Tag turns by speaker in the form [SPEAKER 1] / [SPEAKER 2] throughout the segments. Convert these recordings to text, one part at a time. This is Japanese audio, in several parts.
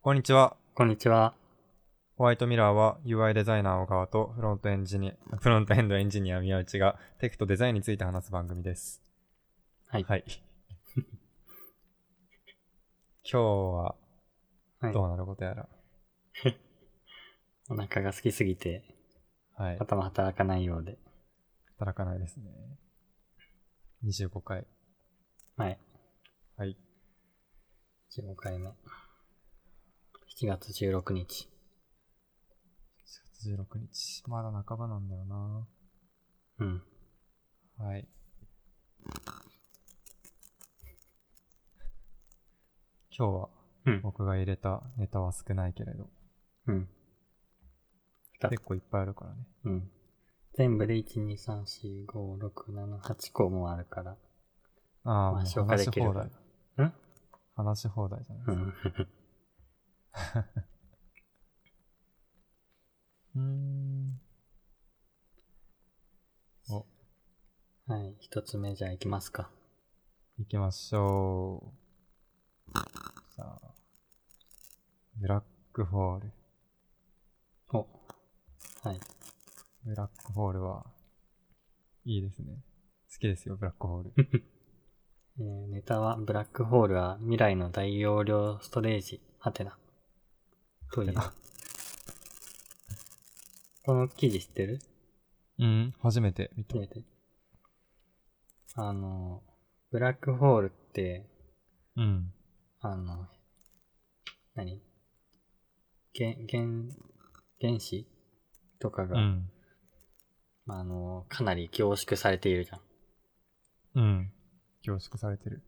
[SPEAKER 1] こんにちは。
[SPEAKER 2] こんにちは。
[SPEAKER 1] ホワイトミラーは UI デザイナー小川とフロントエンジニア、 フロントエンドエンジニア宮内がテクとデザインについて話す番組です。
[SPEAKER 2] はい
[SPEAKER 1] はい。 今日は
[SPEAKER 2] はい
[SPEAKER 1] どうなることやら。
[SPEAKER 2] お腹が空きすぎて、
[SPEAKER 1] はい。
[SPEAKER 2] 頭働かないようで。
[SPEAKER 1] 働かないですね。25回。
[SPEAKER 2] はい。
[SPEAKER 1] はい。
[SPEAKER 2] 15回目。7月16日。
[SPEAKER 1] 7月16日。まだ半ばなんだよな。
[SPEAKER 2] うん。
[SPEAKER 1] はい。今日は
[SPEAKER 2] うん。
[SPEAKER 1] 僕が入れたネタは少ないけれど、
[SPEAKER 2] うん。二つ
[SPEAKER 1] 結構いっぱいあるからね。
[SPEAKER 2] うん。全部で1,2,3,4,5,6,7,8個もあるから。
[SPEAKER 1] ああ、
[SPEAKER 2] まあ
[SPEAKER 1] もう
[SPEAKER 2] 消化で
[SPEAKER 1] 話し
[SPEAKER 2] きる
[SPEAKER 1] 放
[SPEAKER 2] か
[SPEAKER 1] 題。
[SPEAKER 2] ら。ん
[SPEAKER 1] 話し放題じゃないで
[SPEAKER 2] う
[SPEAKER 1] すか。
[SPEAKER 2] ん。
[SPEAKER 1] うーん。お、
[SPEAKER 2] はい。一つ目じゃあ行きますか。
[SPEAKER 1] 行きましょう。さあ、ブラックホール。
[SPEAKER 2] お。はい。
[SPEAKER 1] ブラックホールは、いいですね。好きですよ、ブラックホール。
[SPEAKER 2] えーネタは、ブラックホールは未来の大容量ストレージ、ハテナ。という
[SPEAKER 1] てな。
[SPEAKER 2] この記事知ってる
[SPEAKER 1] うん、初めて見た
[SPEAKER 2] 初。めて。あの、ブラックホールって、
[SPEAKER 1] うん。
[SPEAKER 2] あの、何原、原、原子とか
[SPEAKER 1] う
[SPEAKER 2] が、
[SPEAKER 1] ん。
[SPEAKER 2] あの、かなり凝縮されているじゃん。
[SPEAKER 1] うん。凝縮されてる。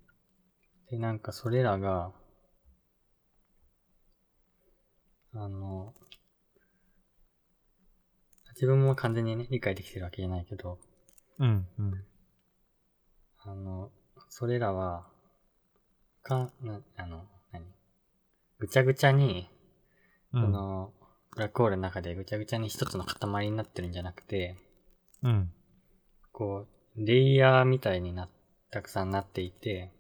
[SPEAKER 2] で、なんかそれらが、あの、自分も完全にね、理解できてるわけじゃないけど、
[SPEAKER 1] うん、うん。
[SPEAKER 2] あの、それらは、か、な、あの、何ぐちゃぐちゃに、
[SPEAKER 1] うん
[SPEAKER 2] その、ブラックホールの中でぐちゃぐちゃに一つの塊になってるんじゃなくて、
[SPEAKER 1] うん。
[SPEAKER 2] こう、レイヤーみたいにな、たくさんなっていて、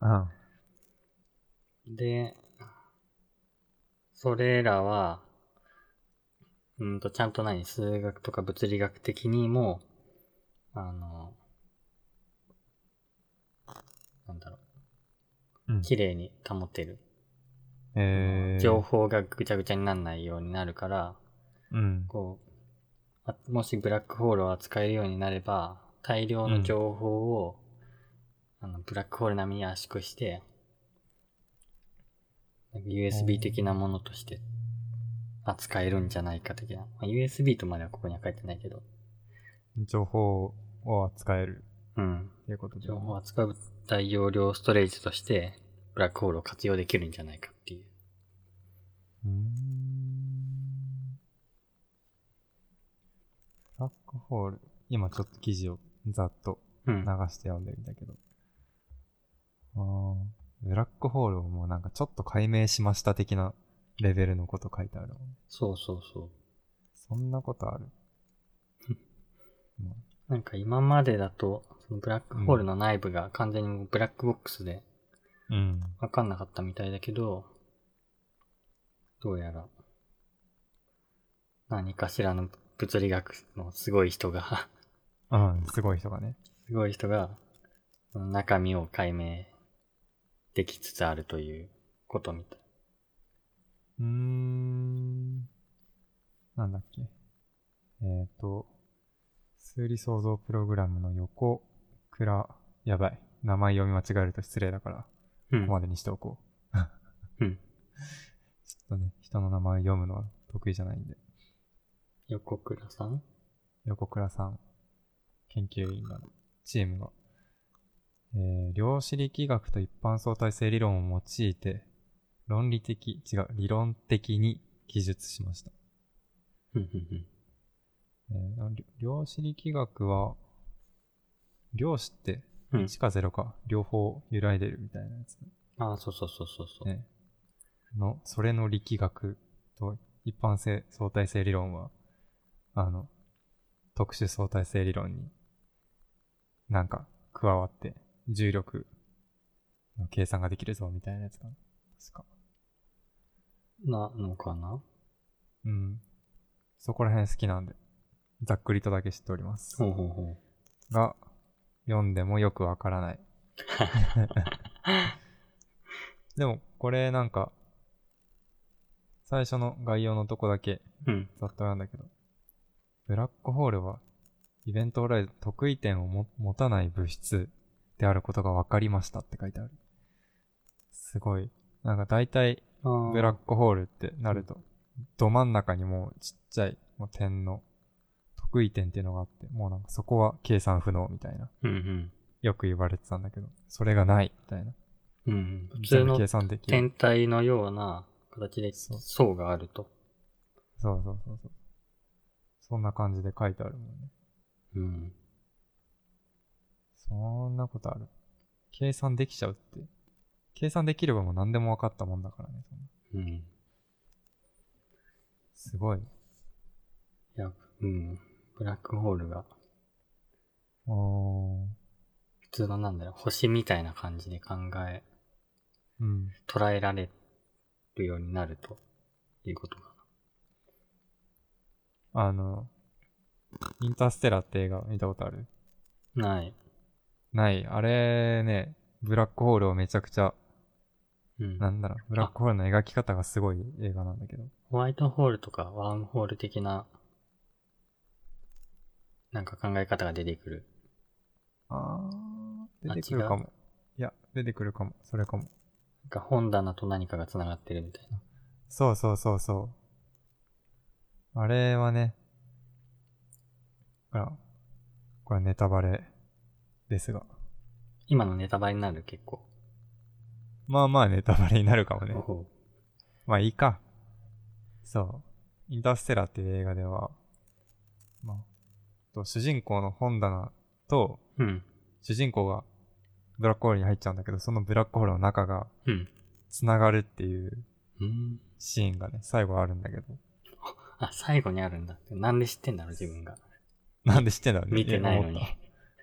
[SPEAKER 1] あ
[SPEAKER 2] で、それらは、うんと、ちゃんと何、数学とか物理学的にも、あの、なんだろ
[SPEAKER 1] うん
[SPEAKER 2] う、綺麗に保てる。
[SPEAKER 1] えー。
[SPEAKER 2] 情報がぐちゃぐちゃにならないようになるから、
[SPEAKER 1] うん。
[SPEAKER 2] こう、あもしブラックホールを扱えるようになれば、大量の情報を、あの、ブラックホール並みに圧縮して、なんか USB 的なものとして扱えるんじゃないか的な。まあ、USB とまではここには書いてないけど、
[SPEAKER 1] 情報を扱える
[SPEAKER 2] うん。
[SPEAKER 1] っていうことで。
[SPEAKER 2] 情報を扱う大容量ストレージとして、ブラックホールを活用できるんじゃないかっていう。
[SPEAKER 1] うーん。ブラックホール。今ちょっと記事をざっと
[SPEAKER 2] うん
[SPEAKER 1] 流。して読んでみたけど。あーブラックホールをもうなんかちょっと解明しました的なレベルのこと書いてあるもん。
[SPEAKER 2] そうそうそう。
[SPEAKER 1] そんなことあるまあ
[SPEAKER 2] なんか今までだと、そのブラックホールの内部が完全にブラックボックスで
[SPEAKER 1] うん。
[SPEAKER 2] わかんなかったみたいだけど、どうやら、何かしらの物理学のすごい人が、
[SPEAKER 1] うん、すごい人がね。
[SPEAKER 2] すごい人が、その中身を解明できつつあるということみたい。
[SPEAKER 1] うーん。なんだっけ。えっ、と、数理創造プログラムの横倉、やばい。名前読み間違えると失礼だから、こ
[SPEAKER 2] う
[SPEAKER 1] こ
[SPEAKER 2] ん。
[SPEAKER 1] までにしておこう。
[SPEAKER 2] うん
[SPEAKER 1] ちょっとね、人の名前読むのは得意じゃないんで。
[SPEAKER 2] 横倉さん
[SPEAKER 1] 横倉さん、研究員が、チームが、えー量子力学と一般相対性理論を用いて、論理的、違う、理論的に記述しました。
[SPEAKER 2] うんうん
[SPEAKER 1] えーあり量子力学は、量子って
[SPEAKER 2] うん。うん。
[SPEAKER 1] 1か0か両方揺らいでるみたいなやつ
[SPEAKER 2] ああ、そうそうそうそうそう。
[SPEAKER 1] ね。の、それの力学と一般性相対性理論は、あの、特殊相対性理論になんか加わって重力の計算ができるぞみたいなやつかな。確か。
[SPEAKER 2] なのかな
[SPEAKER 1] うん。そこら辺好きなんで、ざっくりとだけ知っております。
[SPEAKER 2] ほうほうほう。
[SPEAKER 1] が、読んでもよくわからない。でも、これなんか、最初の概要のとこだけ
[SPEAKER 2] うん。
[SPEAKER 1] ざっと読んだけど、ブラックホールは、イベントオーライズ得意点をも持たない物質であることが分かりましたって書いてある。すごい。なんか大体、
[SPEAKER 2] あー
[SPEAKER 1] ブラックホールってなると、ど真ん中にもうちっちゃいもう点の得意点っていうのがあって、もうなんかそこは計算不能みたいな。
[SPEAKER 2] うん
[SPEAKER 1] よく言われてたんだけど、それがないみたいな。
[SPEAKER 2] うん。うんうん。普通の
[SPEAKER 1] 計算できる。
[SPEAKER 2] 天体のような形で
[SPEAKER 1] そう
[SPEAKER 2] 層があると。
[SPEAKER 1] そうそうそうそう。そんな感じで書いてあるもんね。
[SPEAKER 2] うん。
[SPEAKER 1] そんなことある。計算できちゃうって。計算できればもう何でも分かったもんだからね。そんな
[SPEAKER 2] うん。い
[SPEAKER 1] すごい。
[SPEAKER 2] や、うん。ブラックホールが
[SPEAKER 1] おー。
[SPEAKER 2] 普通のなんだよ、星みたいな感じで考え、
[SPEAKER 1] うん。
[SPEAKER 2] 捉えられるようになるということか
[SPEAKER 1] あの、インターステラーって映画見たことある
[SPEAKER 2] な。ない。
[SPEAKER 1] ない。あれね、ブラックホールをめちゃくちゃ、
[SPEAKER 2] うん。
[SPEAKER 1] なんだろう、ブラックホールの描き方がすごい映画なんだけど。
[SPEAKER 2] ホワイトホールとかワームホール的な、なんか考え方が出てくる。
[SPEAKER 1] あー、
[SPEAKER 2] あ
[SPEAKER 1] 出てくるかも。いや、出てくるかも。それかも。
[SPEAKER 2] なんか本棚と何かが繋がってるみたいな。
[SPEAKER 1] そうそうそうそう。あれはね、ほら、これネタバレですが。
[SPEAKER 2] 今のネタバレになる結構。
[SPEAKER 1] まあまあネタバレになるかもね
[SPEAKER 2] お。ほ
[SPEAKER 1] まあいいか。そう。インターステラーっていう映画では、まあと、主人公の本棚と、
[SPEAKER 2] ううん。
[SPEAKER 1] 主人公がブラックホールに入っちゃうんだけど、そのブラックホールの中が
[SPEAKER 2] うん。
[SPEAKER 1] 繋がるっていう
[SPEAKER 2] うん。
[SPEAKER 1] シーンがね、最後あるんだけど。
[SPEAKER 2] あ、最後にあるんだって。なんで知ってんだろう、自分が。
[SPEAKER 1] なんで知ってんだろうね。
[SPEAKER 2] 見てないの
[SPEAKER 1] 思
[SPEAKER 2] に
[SPEAKER 1] った。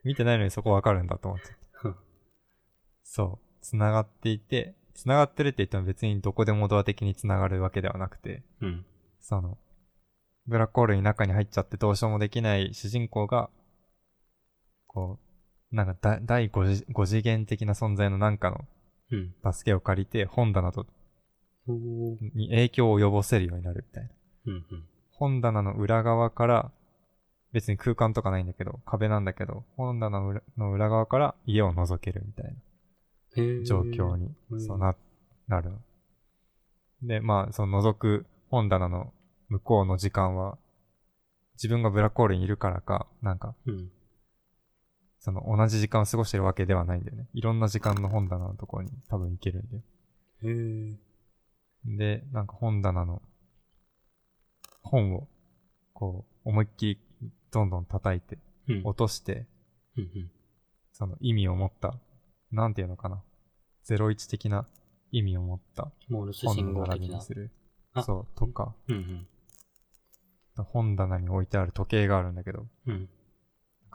[SPEAKER 1] 見てないのにそこわかるんだと思っちゃった。そう。繋がっていて、繋がってるって言っても別にどこでもドア的に繋がるわけではなくて、
[SPEAKER 2] うん。
[SPEAKER 1] その、ブラックホールに中に入っちゃってどうしようもできない主人公が、こう、なんかだ第 5, 5次元的な存在のなんか
[SPEAKER 2] うん。
[SPEAKER 1] の助けを借りて本棚と
[SPEAKER 2] おー
[SPEAKER 1] に影響を及ぼせるようになるみたいな。
[SPEAKER 2] うんうん。
[SPEAKER 1] 本棚の裏側から、別に空間とかないんだけど、壁なんだけど、本棚の裏の裏側から家を覗けるみたいな。
[SPEAKER 2] へー
[SPEAKER 1] 状況。に、
[SPEAKER 2] うん
[SPEAKER 1] そうな、なるの。で、まあ、その覗く本棚の向こうの時間は、自分がブラックホールにいるからか、なんか、
[SPEAKER 2] うん。
[SPEAKER 1] その同じ時間を過ごしてるわけではないんだよね。いろんな時間の本棚のところに多分行けるんだよ。
[SPEAKER 2] へー
[SPEAKER 1] で、なんか本棚の本を、こう、思いっきりどんどん叩いて、
[SPEAKER 2] うん。
[SPEAKER 1] 落として、
[SPEAKER 2] うんうん。
[SPEAKER 1] その意味を持った、なんていうのかな。01的な意味を持った
[SPEAKER 2] モールス信
[SPEAKER 1] 本の
[SPEAKER 2] 号
[SPEAKER 1] 並
[SPEAKER 2] 的
[SPEAKER 1] びに
[SPEAKER 2] な。
[SPEAKER 1] する
[SPEAKER 2] あ。
[SPEAKER 1] そう、とか、
[SPEAKER 2] うんうん。
[SPEAKER 1] 本棚に置いてある時計があるんだけど、
[SPEAKER 2] うん。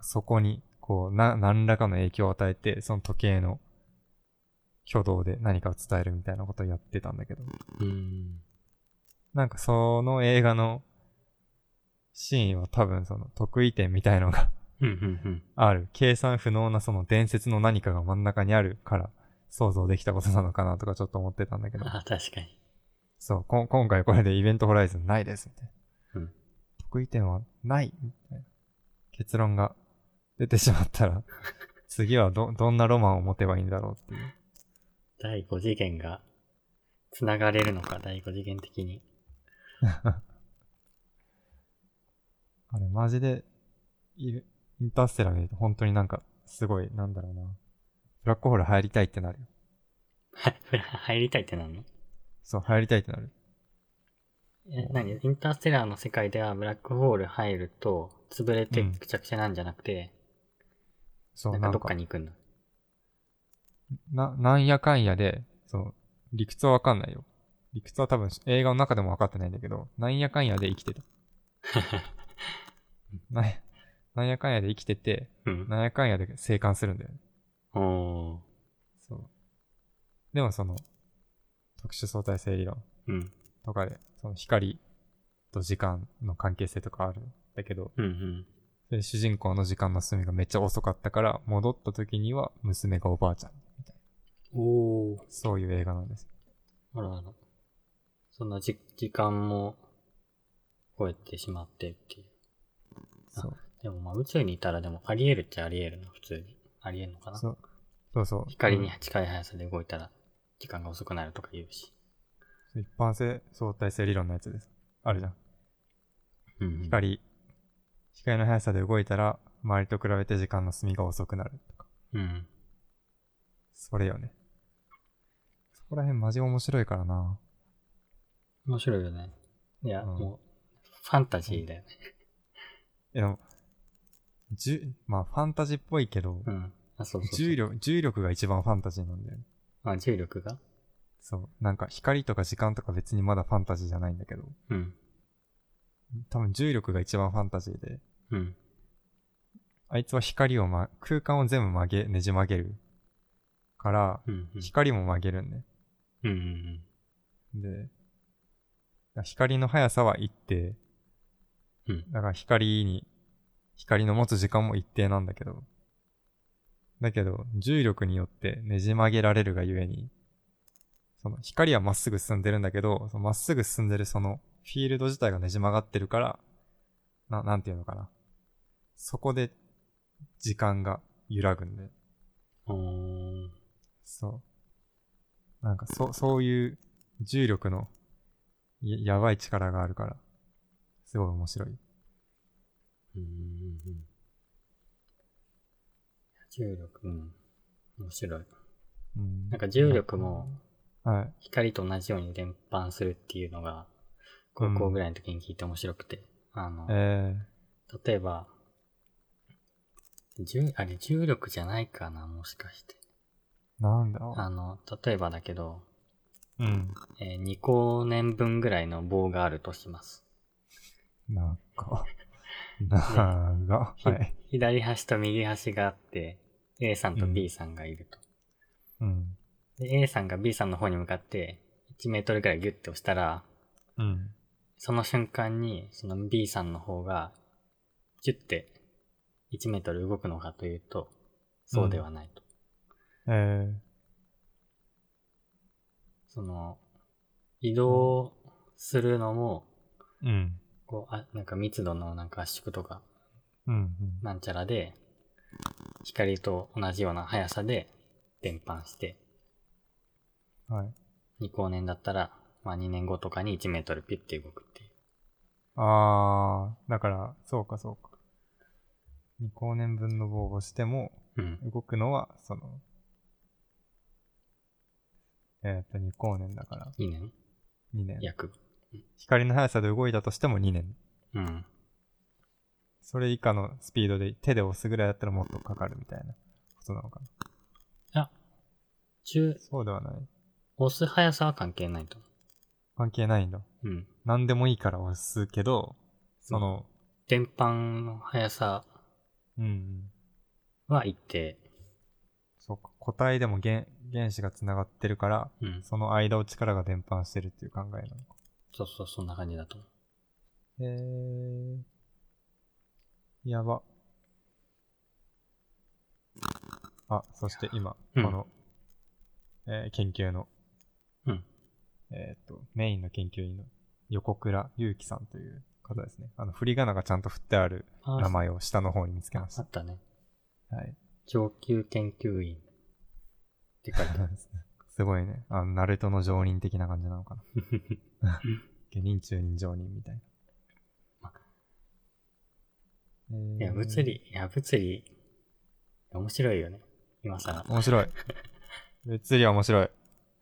[SPEAKER 1] そこに、こう、な、何らかの影響を与えて、その時計の挙動で何かを伝えるみたいなことをやってたんだけど、
[SPEAKER 2] うん。
[SPEAKER 1] なんかその映画のシーンは多分その得意点みたいのが
[SPEAKER 2] うんうんうん。
[SPEAKER 1] ある、計算不能なその伝説の何かが真ん中にあるから想像できたことなのかなとかちょっと思ってたんだけど、
[SPEAKER 2] あ、確かに。
[SPEAKER 1] そう、こん今回これでイベントホライズンないです、みたいな。
[SPEAKER 2] うん
[SPEAKER 1] 得意点はない、みたいな。結論が出てしまったら、次はど、どんなロマンを持てばいいんだろうっていう。
[SPEAKER 2] 第5次元が繋がれるのか、第5次元的に。
[SPEAKER 1] あれ、マジで、イインターステラー見ると本当になんか、すごい、なんだろうな。ブラックホール入りたいってなるよ。
[SPEAKER 2] はい入りたいってなんの
[SPEAKER 1] そう、入りたいってなる。
[SPEAKER 2] え、何インターステラーの世界ではブラックホール入ると潰れて
[SPEAKER 1] うん
[SPEAKER 2] くちゃくちゃなんじゃなくて、
[SPEAKER 1] そう、
[SPEAKER 2] なん
[SPEAKER 1] な
[SPEAKER 2] か
[SPEAKER 1] ん
[SPEAKER 2] ど
[SPEAKER 1] か
[SPEAKER 2] っかに行くんだ。
[SPEAKER 1] な、なんやかんやで、そう、理屈はわかんないよ。理屈は多分映画の中でもわかってないんだけど、なんやかんやで生き てた。なんやなんやかんやで生きてて、
[SPEAKER 2] うん。
[SPEAKER 1] なんやかんやで生還するんだよね。
[SPEAKER 2] おー。
[SPEAKER 1] そう。でもその、特殊相対性理論
[SPEAKER 2] うん。
[SPEAKER 1] とかで、その光と時間の関係性とかあるんだけど、
[SPEAKER 2] うんうん。
[SPEAKER 1] それ主人公の時間の進みがめっちゃ遅かったから、戻った時には娘がおばあちゃん。
[SPEAKER 2] おー。
[SPEAKER 1] そういう映画なんです。
[SPEAKER 2] あらあら。そんなじ、時間も超えてしまってっていう。
[SPEAKER 1] そう。
[SPEAKER 2] でもまあ宇宙にいたらでもあり得るっちゃあり得るな、普通に。あり得るのかな。
[SPEAKER 1] そうそうそう。
[SPEAKER 2] 光に近い速さで動いたら時間が遅くなるとか言うし。
[SPEAKER 1] うん一般性相対性理論のやつです。あるじゃん。
[SPEAKER 2] うんうん、
[SPEAKER 1] 光、光の速さで動いたら、周りと比べて時間の進みが遅くなるとか。
[SPEAKER 2] うん。
[SPEAKER 1] それよね。そこら辺マジ面白いからな。
[SPEAKER 2] 面白いよね。いや、
[SPEAKER 1] うん
[SPEAKER 2] もう、ファンタジーだよね。
[SPEAKER 1] いや、じゅ、まあファンタジーっぽいけど、
[SPEAKER 2] うん。あ、そうそうそう
[SPEAKER 1] 重力、重力が一番ファンタジーなんだよね。
[SPEAKER 2] あ、重力が
[SPEAKER 1] そう。なんか光とか時間とか別にまだファンタジーじゃないんだけど、
[SPEAKER 2] うん。
[SPEAKER 1] 多分重力が一番ファンタジーで、
[SPEAKER 2] うん。
[SPEAKER 1] あいつは光をま、空間を全部曲げ、ねじ曲げるから、
[SPEAKER 2] うん。うん
[SPEAKER 1] 光も曲げるんね。
[SPEAKER 2] うん。うん。
[SPEAKER 1] で、光の速さは一定。
[SPEAKER 2] うん
[SPEAKER 1] だから光に、光の持つ時間も一定なんだけど、だけど、重力によってねじ曲げられるがゆえに、その光はまっすぐ進んでるんだけど、そのまっすぐ進んでるそのフィールド自体がねじ曲がってるから、な、なんていうのかな。そこで時間が揺らぐんで、
[SPEAKER 2] うん。
[SPEAKER 1] そう。なんか、そ、そういう重力のややばい力があるから、すごい面白い。
[SPEAKER 2] うんうんうん重力、うん。面白い。
[SPEAKER 1] うん。
[SPEAKER 2] なんか重力も
[SPEAKER 1] はい。
[SPEAKER 2] 光と同じように伝播するっていうのが、高校ぐらいの時に聞いて面白くて。あの、
[SPEAKER 1] え
[SPEAKER 2] 例えば、重、あれ重力じゃないかな、もしかして。
[SPEAKER 1] ー、なんだろ
[SPEAKER 2] あの、例えばだけど、
[SPEAKER 1] う。うん。
[SPEAKER 2] えー2光年分ぐらいの棒があるとします。
[SPEAKER 1] なん か、なんが、
[SPEAKER 2] ひ
[SPEAKER 1] はい。
[SPEAKER 2] 左端と右端があって、A さんと
[SPEAKER 1] うん
[SPEAKER 2] B さんがいると。
[SPEAKER 1] うん。
[SPEAKER 2] で、A さんが B さんの方に向かって、1メートルぐらいギュッて押したら、
[SPEAKER 1] うん。
[SPEAKER 2] その瞬間に、その B さんの方が、ギュッて1メートル動くのかというと、そうではないと。
[SPEAKER 1] えー、
[SPEAKER 2] その、移動するのも、
[SPEAKER 1] うん。
[SPEAKER 2] こう、あ、なんか密度のなんか圧縮とか、
[SPEAKER 1] うん。
[SPEAKER 2] なんちゃらで、光と同じような速さで伝播して、
[SPEAKER 1] うん。はい。
[SPEAKER 2] 2光年だったら、まあ2年後とかに1メートルピュッて動くっていう。
[SPEAKER 1] あー、だから、そうかそうか。二光年分の棒をしても、
[SPEAKER 2] うん。
[SPEAKER 1] 動くのは、その、えっ、と、二光年だから、
[SPEAKER 2] 2年
[SPEAKER 1] 2年。
[SPEAKER 2] 約。
[SPEAKER 1] 光の速さで動いたとしても2年。
[SPEAKER 2] うん。
[SPEAKER 1] それ以下のスピードで手で押すぐらいだったらもっとかかるみたいなことなのかな。
[SPEAKER 2] 中、
[SPEAKER 1] そうではない。
[SPEAKER 2] 押す速さは関係ないと。
[SPEAKER 1] 関係ないんだ。
[SPEAKER 2] うん。
[SPEAKER 1] 何でもいいから押すけど、その、
[SPEAKER 2] 伝播の速さ
[SPEAKER 1] うん、うん、
[SPEAKER 2] は一定。
[SPEAKER 1] そうか。個体でも原原子が繋がってるから、
[SPEAKER 2] うん。
[SPEAKER 1] その間を力が伝播してるっていう考えなのか。
[SPEAKER 2] そうそう、そんな感じだと思う。
[SPEAKER 1] へー。やば。あ、そして今、
[SPEAKER 2] うん
[SPEAKER 1] この、えー研究の、
[SPEAKER 2] うん
[SPEAKER 1] えーっと、メインの研究員の横倉祐樹さんという方ですね。あの、振り仮名がちゃんと振ってある
[SPEAKER 2] あー
[SPEAKER 1] 名前を下の方に見つけまし
[SPEAKER 2] あ
[SPEAKER 1] た
[SPEAKER 2] っ。たね。
[SPEAKER 1] はい。
[SPEAKER 2] 上級研究員って書いてある。
[SPEAKER 1] すごいね。あの、ナルトの常任的な感じなのかな。 下人中人常任みたいな。えー
[SPEAKER 2] いや、物理、いや、物理、面白いよね。今さ、
[SPEAKER 1] 面 白い。物理は面白い。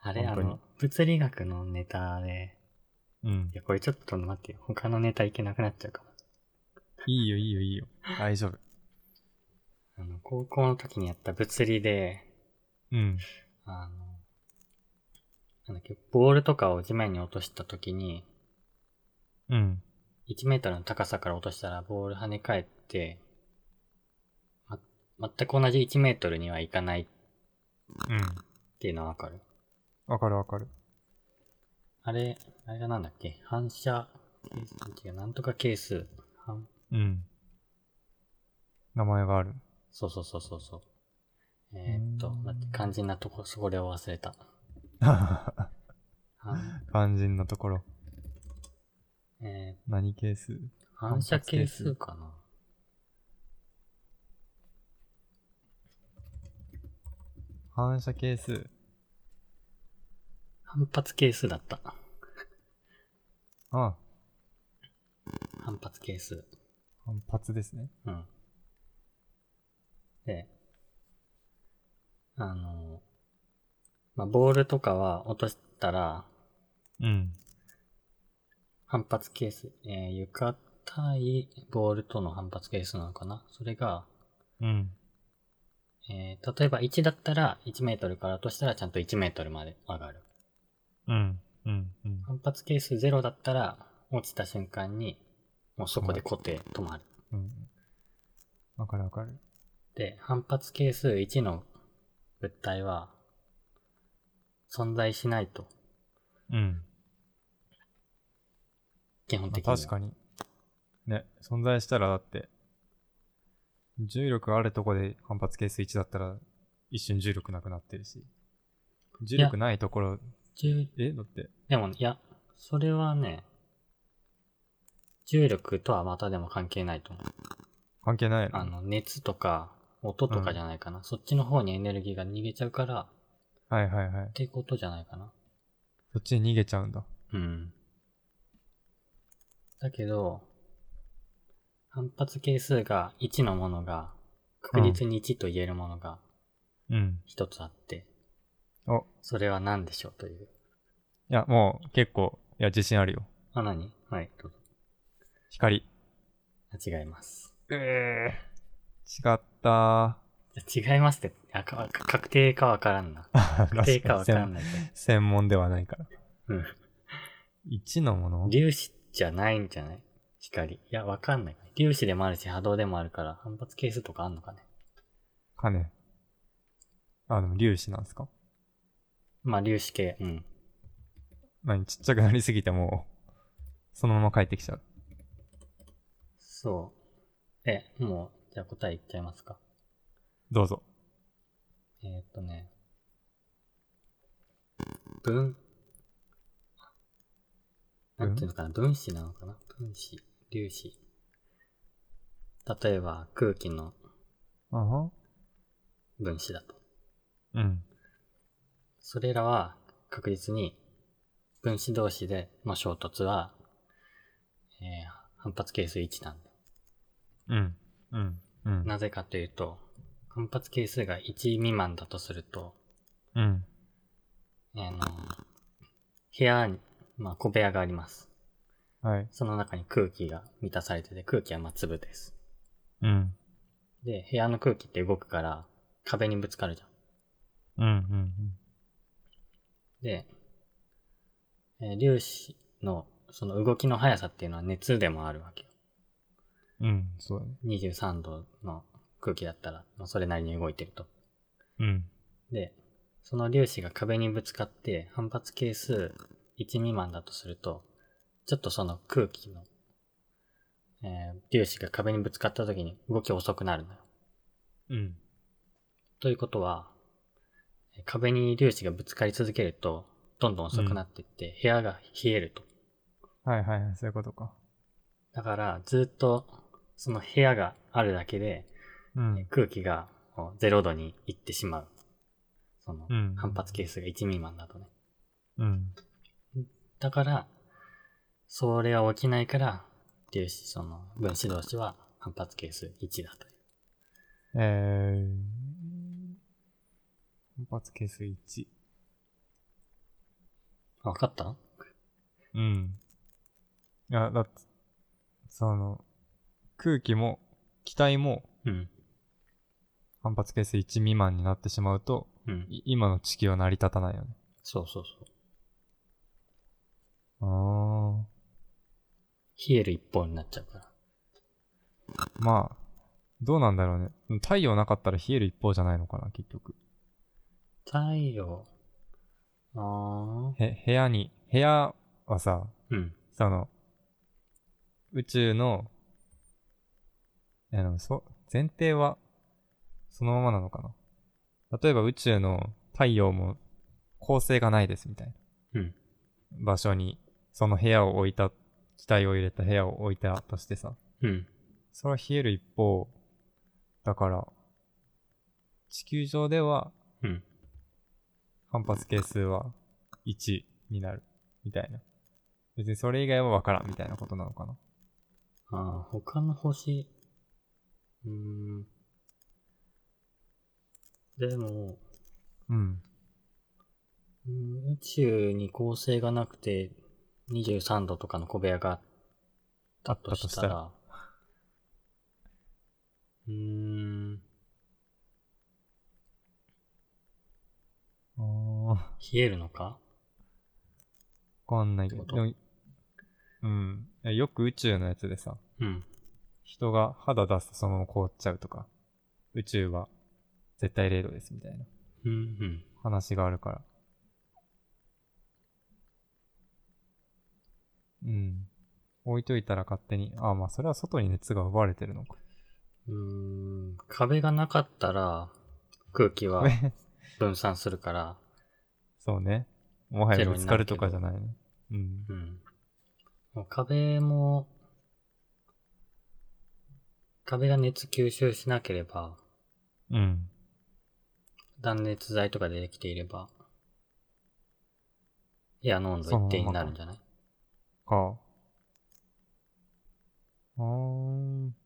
[SPEAKER 2] あれ、
[SPEAKER 1] 本
[SPEAKER 2] あ
[SPEAKER 1] 当に
[SPEAKER 2] の、物理学のネタで、
[SPEAKER 1] うん
[SPEAKER 2] い。や、これちょっと待ってよ。他のネタいけなくなっちゃうかも。
[SPEAKER 1] いいよ、いいよ、いいよ。大丈夫。
[SPEAKER 2] あの、高校の時にやった物理で、
[SPEAKER 1] うん。
[SPEAKER 2] あの、なんだっけ、ボールとかを地面に落とした時に、
[SPEAKER 1] うん。
[SPEAKER 2] 1メートルの高さから落としたらボール跳ね返って、ま、全く同じ1メートルにはいかないっ
[SPEAKER 1] うん。
[SPEAKER 2] ていうのはわかる。
[SPEAKER 1] わかるわかる。
[SPEAKER 2] あれ、あれがなんだっけ反射、違う、なんとか係数。反
[SPEAKER 1] うん。名前があ る。
[SPEAKER 2] そうそうそうそうそう。えーっと
[SPEAKER 1] うー、ん
[SPEAKER 2] 待って、肝心なとこ、そこで忘れた。反
[SPEAKER 1] 肝心のところ。
[SPEAKER 2] え
[SPEAKER 1] 何係数
[SPEAKER 2] ー反射係
[SPEAKER 1] 反
[SPEAKER 2] 数
[SPEAKER 1] 射
[SPEAKER 2] かな。
[SPEAKER 1] 反射係数。
[SPEAKER 2] 反発係数だった。
[SPEAKER 1] ああ、
[SPEAKER 2] 反発係数。
[SPEAKER 1] 反発ですね。
[SPEAKER 2] うん。で、あの、まあ、ボールとかは落としたら、
[SPEAKER 1] うん。
[SPEAKER 2] 反発係数、えー床対ボールとの反発係数なのかなそれが、
[SPEAKER 1] うん。
[SPEAKER 2] えー例えば1だったら1メートルから落としたらちゃんと1メートルまで上がる。
[SPEAKER 1] うん。うん。うん。
[SPEAKER 2] 反発係数0だったら落ちた瞬間にもうそこで固定止まる。
[SPEAKER 1] うん。わかるわかる。
[SPEAKER 2] で、反発係数1の物体は存在しないと、
[SPEAKER 1] うん。
[SPEAKER 2] 基本
[SPEAKER 1] まあ
[SPEAKER 2] 的には。
[SPEAKER 1] 確かに。ね、存在したらだって、重力あるとこで反発係数1だったら、一瞬重力なくなってるし。重力ないところ、
[SPEAKER 2] 重
[SPEAKER 1] えだって、
[SPEAKER 2] でも、いや、それはね、重力とはまたでも関係ないと思う。
[SPEAKER 1] 関係ない
[SPEAKER 2] あ
[SPEAKER 1] の。
[SPEAKER 2] の、熱とか、音とかじゃないかな。そっちの方にエネルギーが逃げちゃうから、
[SPEAKER 1] はいはいはい
[SPEAKER 2] っ。てことじゃないかな。
[SPEAKER 1] そっちに逃げちゃうんだ。
[SPEAKER 2] うん。だけど、反発係数が1のものが、確率に1と言えるものが
[SPEAKER 1] うん。
[SPEAKER 2] 一つあって、
[SPEAKER 1] お、
[SPEAKER 2] それは何でしょうとい
[SPEAKER 1] い
[SPEAKER 2] う。
[SPEAKER 1] や、もう結構、いや、自信あるよ。
[SPEAKER 2] あ、何はい、どうぞ。
[SPEAKER 1] 光。
[SPEAKER 2] あ違います。
[SPEAKER 1] ええ違ったー。
[SPEAKER 2] いや違いますって、あかか確定かわからんな。 確定かわからんないけ
[SPEAKER 1] 専門ではないから。
[SPEAKER 2] ど。うん。
[SPEAKER 1] 1のもの
[SPEAKER 2] 粒子じゃないんじゃない光。いや、わかんない。粒子でもあるし、波動でもあるから、反発係数とかあんのかね。
[SPEAKER 1] かね。あ、でも粒子なんですか
[SPEAKER 2] まあ、粒子系。うん。
[SPEAKER 1] 何ちっちゃくなりすぎてもう、そのまま帰ってきちゃう。
[SPEAKER 2] そう。え、もう、じゃあ答えいっちゃいますか。
[SPEAKER 1] どうぞ。
[SPEAKER 2] えー、っとね。分。なんていうのかな分子なのかな分子。粒子。例えば、空気の
[SPEAKER 1] あは
[SPEAKER 2] 分子だと。
[SPEAKER 1] うん。
[SPEAKER 2] それらは確実に分子同士での衝突は、えー反発係数1なんで。
[SPEAKER 1] うん。うん。うん。
[SPEAKER 2] なぜかというと、反発係数が1未満だとすると、
[SPEAKER 1] うん。
[SPEAKER 2] あの、部屋に、まあ、小部屋があります。
[SPEAKER 1] はい。
[SPEAKER 2] その中に空気が満たされてて、空気はまあ粒です。
[SPEAKER 1] うん。
[SPEAKER 2] で、部屋の空気って動くから壁にぶつかるじゃん。
[SPEAKER 1] うん。うん。
[SPEAKER 2] で、えー粒子のその動きの速さっていうのは熱でもあるわけよ。
[SPEAKER 1] うん。うん。そうだね。
[SPEAKER 2] 23度の空気だったら、まあ、それなりに動いてると。
[SPEAKER 1] うん。
[SPEAKER 2] で、その粒子が壁にぶつかって反発係数1未満だとすると、ちょっとその空気の、えー粒子が壁にぶつかった時に動き遅くなるのよ。
[SPEAKER 1] うん。
[SPEAKER 2] ということは、えー壁に粒子がぶつかり続けると、どんどん遅くなっていって、部屋が冷えると。
[SPEAKER 1] はいはいはい。そういうことか。
[SPEAKER 2] だから、ずっと、その部屋があるだけで、
[SPEAKER 1] うん。
[SPEAKER 2] 空気がこう0度に行ってしまう。その
[SPEAKER 1] う、ん。
[SPEAKER 2] 反発係数が1未満だとね。
[SPEAKER 1] うん。
[SPEAKER 2] だから、それは起きないから、粒子、その、分子同士は反発係数1だという。
[SPEAKER 1] えー、反発係数1。
[SPEAKER 2] あわかった
[SPEAKER 1] うん。いや、だって、その、空気も、気体も
[SPEAKER 2] うん。
[SPEAKER 1] 反発係数1未満になってしまうと、
[SPEAKER 2] うん。
[SPEAKER 1] い今の地球は成り立たないよね。
[SPEAKER 2] そうそうそう。
[SPEAKER 1] あ
[SPEAKER 2] 冷える一方になっちゃうから。
[SPEAKER 1] あ。まあ、どうなんだろうね。太陽なかったら冷える一方じゃないのかな、結局。
[SPEAKER 2] 太陽。あー
[SPEAKER 1] へ、部屋に、部屋はさ、
[SPEAKER 2] うん。
[SPEAKER 1] その、宇宙の、あの、そ、前提は、そのままなのかな。例えば宇宙の太陽も、恒星がないですみたいな。
[SPEAKER 2] うん。
[SPEAKER 1] 場所に、その部屋を置いた、機体を入れた部屋を置いたとしてさ、
[SPEAKER 2] うん。
[SPEAKER 1] それは冷える一方、だから、地球上では
[SPEAKER 2] うん。
[SPEAKER 1] 反発係数は1になる、みたいな。別にそれ以外は分からん、みたいなことなのかな。
[SPEAKER 2] ああ、他の星。うーん。でも、
[SPEAKER 1] うん。
[SPEAKER 2] うん宇宙に恒星がなくて23度とかの小部屋があったとしたら、うーん、
[SPEAKER 1] あー、わ
[SPEAKER 2] 冷えるのか
[SPEAKER 1] かんないけど。
[SPEAKER 2] っ
[SPEAKER 1] で
[SPEAKER 2] てこと
[SPEAKER 1] もうん。えよく宇宙のやつでさ、
[SPEAKER 2] うん、
[SPEAKER 1] 人が肌出すとそのまま凍っちゃうとか、宇宙は絶対0度です、みたいな
[SPEAKER 2] うん、うん。
[SPEAKER 1] 話があるから。うん。置いといたら勝手に、あー、まあそれは外に熱が奪われてるのか。
[SPEAKER 2] うーん、壁がなかったら空気は分散するから、
[SPEAKER 1] そうね。もは
[SPEAKER 2] ゼ
[SPEAKER 1] や
[SPEAKER 2] ロ
[SPEAKER 1] ぶ
[SPEAKER 2] に
[SPEAKER 1] つ
[SPEAKER 2] な
[SPEAKER 1] か
[SPEAKER 2] る
[SPEAKER 1] る
[SPEAKER 2] けど
[SPEAKER 1] とかじゃないね。うん。
[SPEAKER 2] うん。もう壁も、壁が熱吸収しなければ、
[SPEAKER 1] うん。
[SPEAKER 2] 断熱材とかでできていれば、部屋の温度一定になるんじゃない
[SPEAKER 1] か。あーん。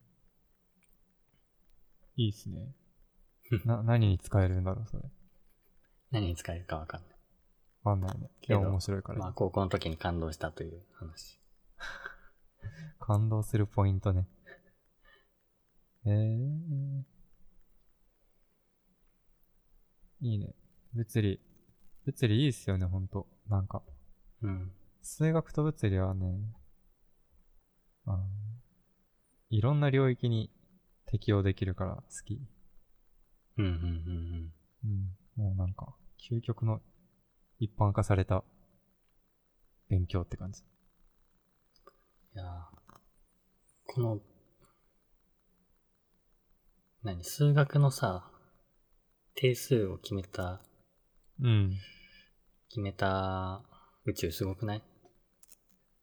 [SPEAKER 1] いいっす ね。な、 何に使えるんだろう、それ。
[SPEAKER 2] 何に使えるかわかんない。
[SPEAKER 1] わかんないね。
[SPEAKER 2] け
[SPEAKER 1] で
[SPEAKER 2] ど
[SPEAKER 1] も面白いから、
[SPEAKER 2] まあ、高校の時に感動したという話。
[SPEAKER 1] 感動するポイントね。えー。いいね。物理。物理いいっすよね、ほんと。なんか。
[SPEAKER 2] うん。
[SPEAKER 1] 数学と物理はね、あのいろんな領域に適応できるから好き。
[SPEAKER 2] うん、うん、うん、
[SPEAKER 1] うん。もうなんか、究極の一般化された勉強って感じ。
[SPEAKER 2] うん。いやーこの、何、数学のさ、定数を決めた、
[SPEAKER 1] うん。
[SPEAKER 2] 決めた宇宙すごくない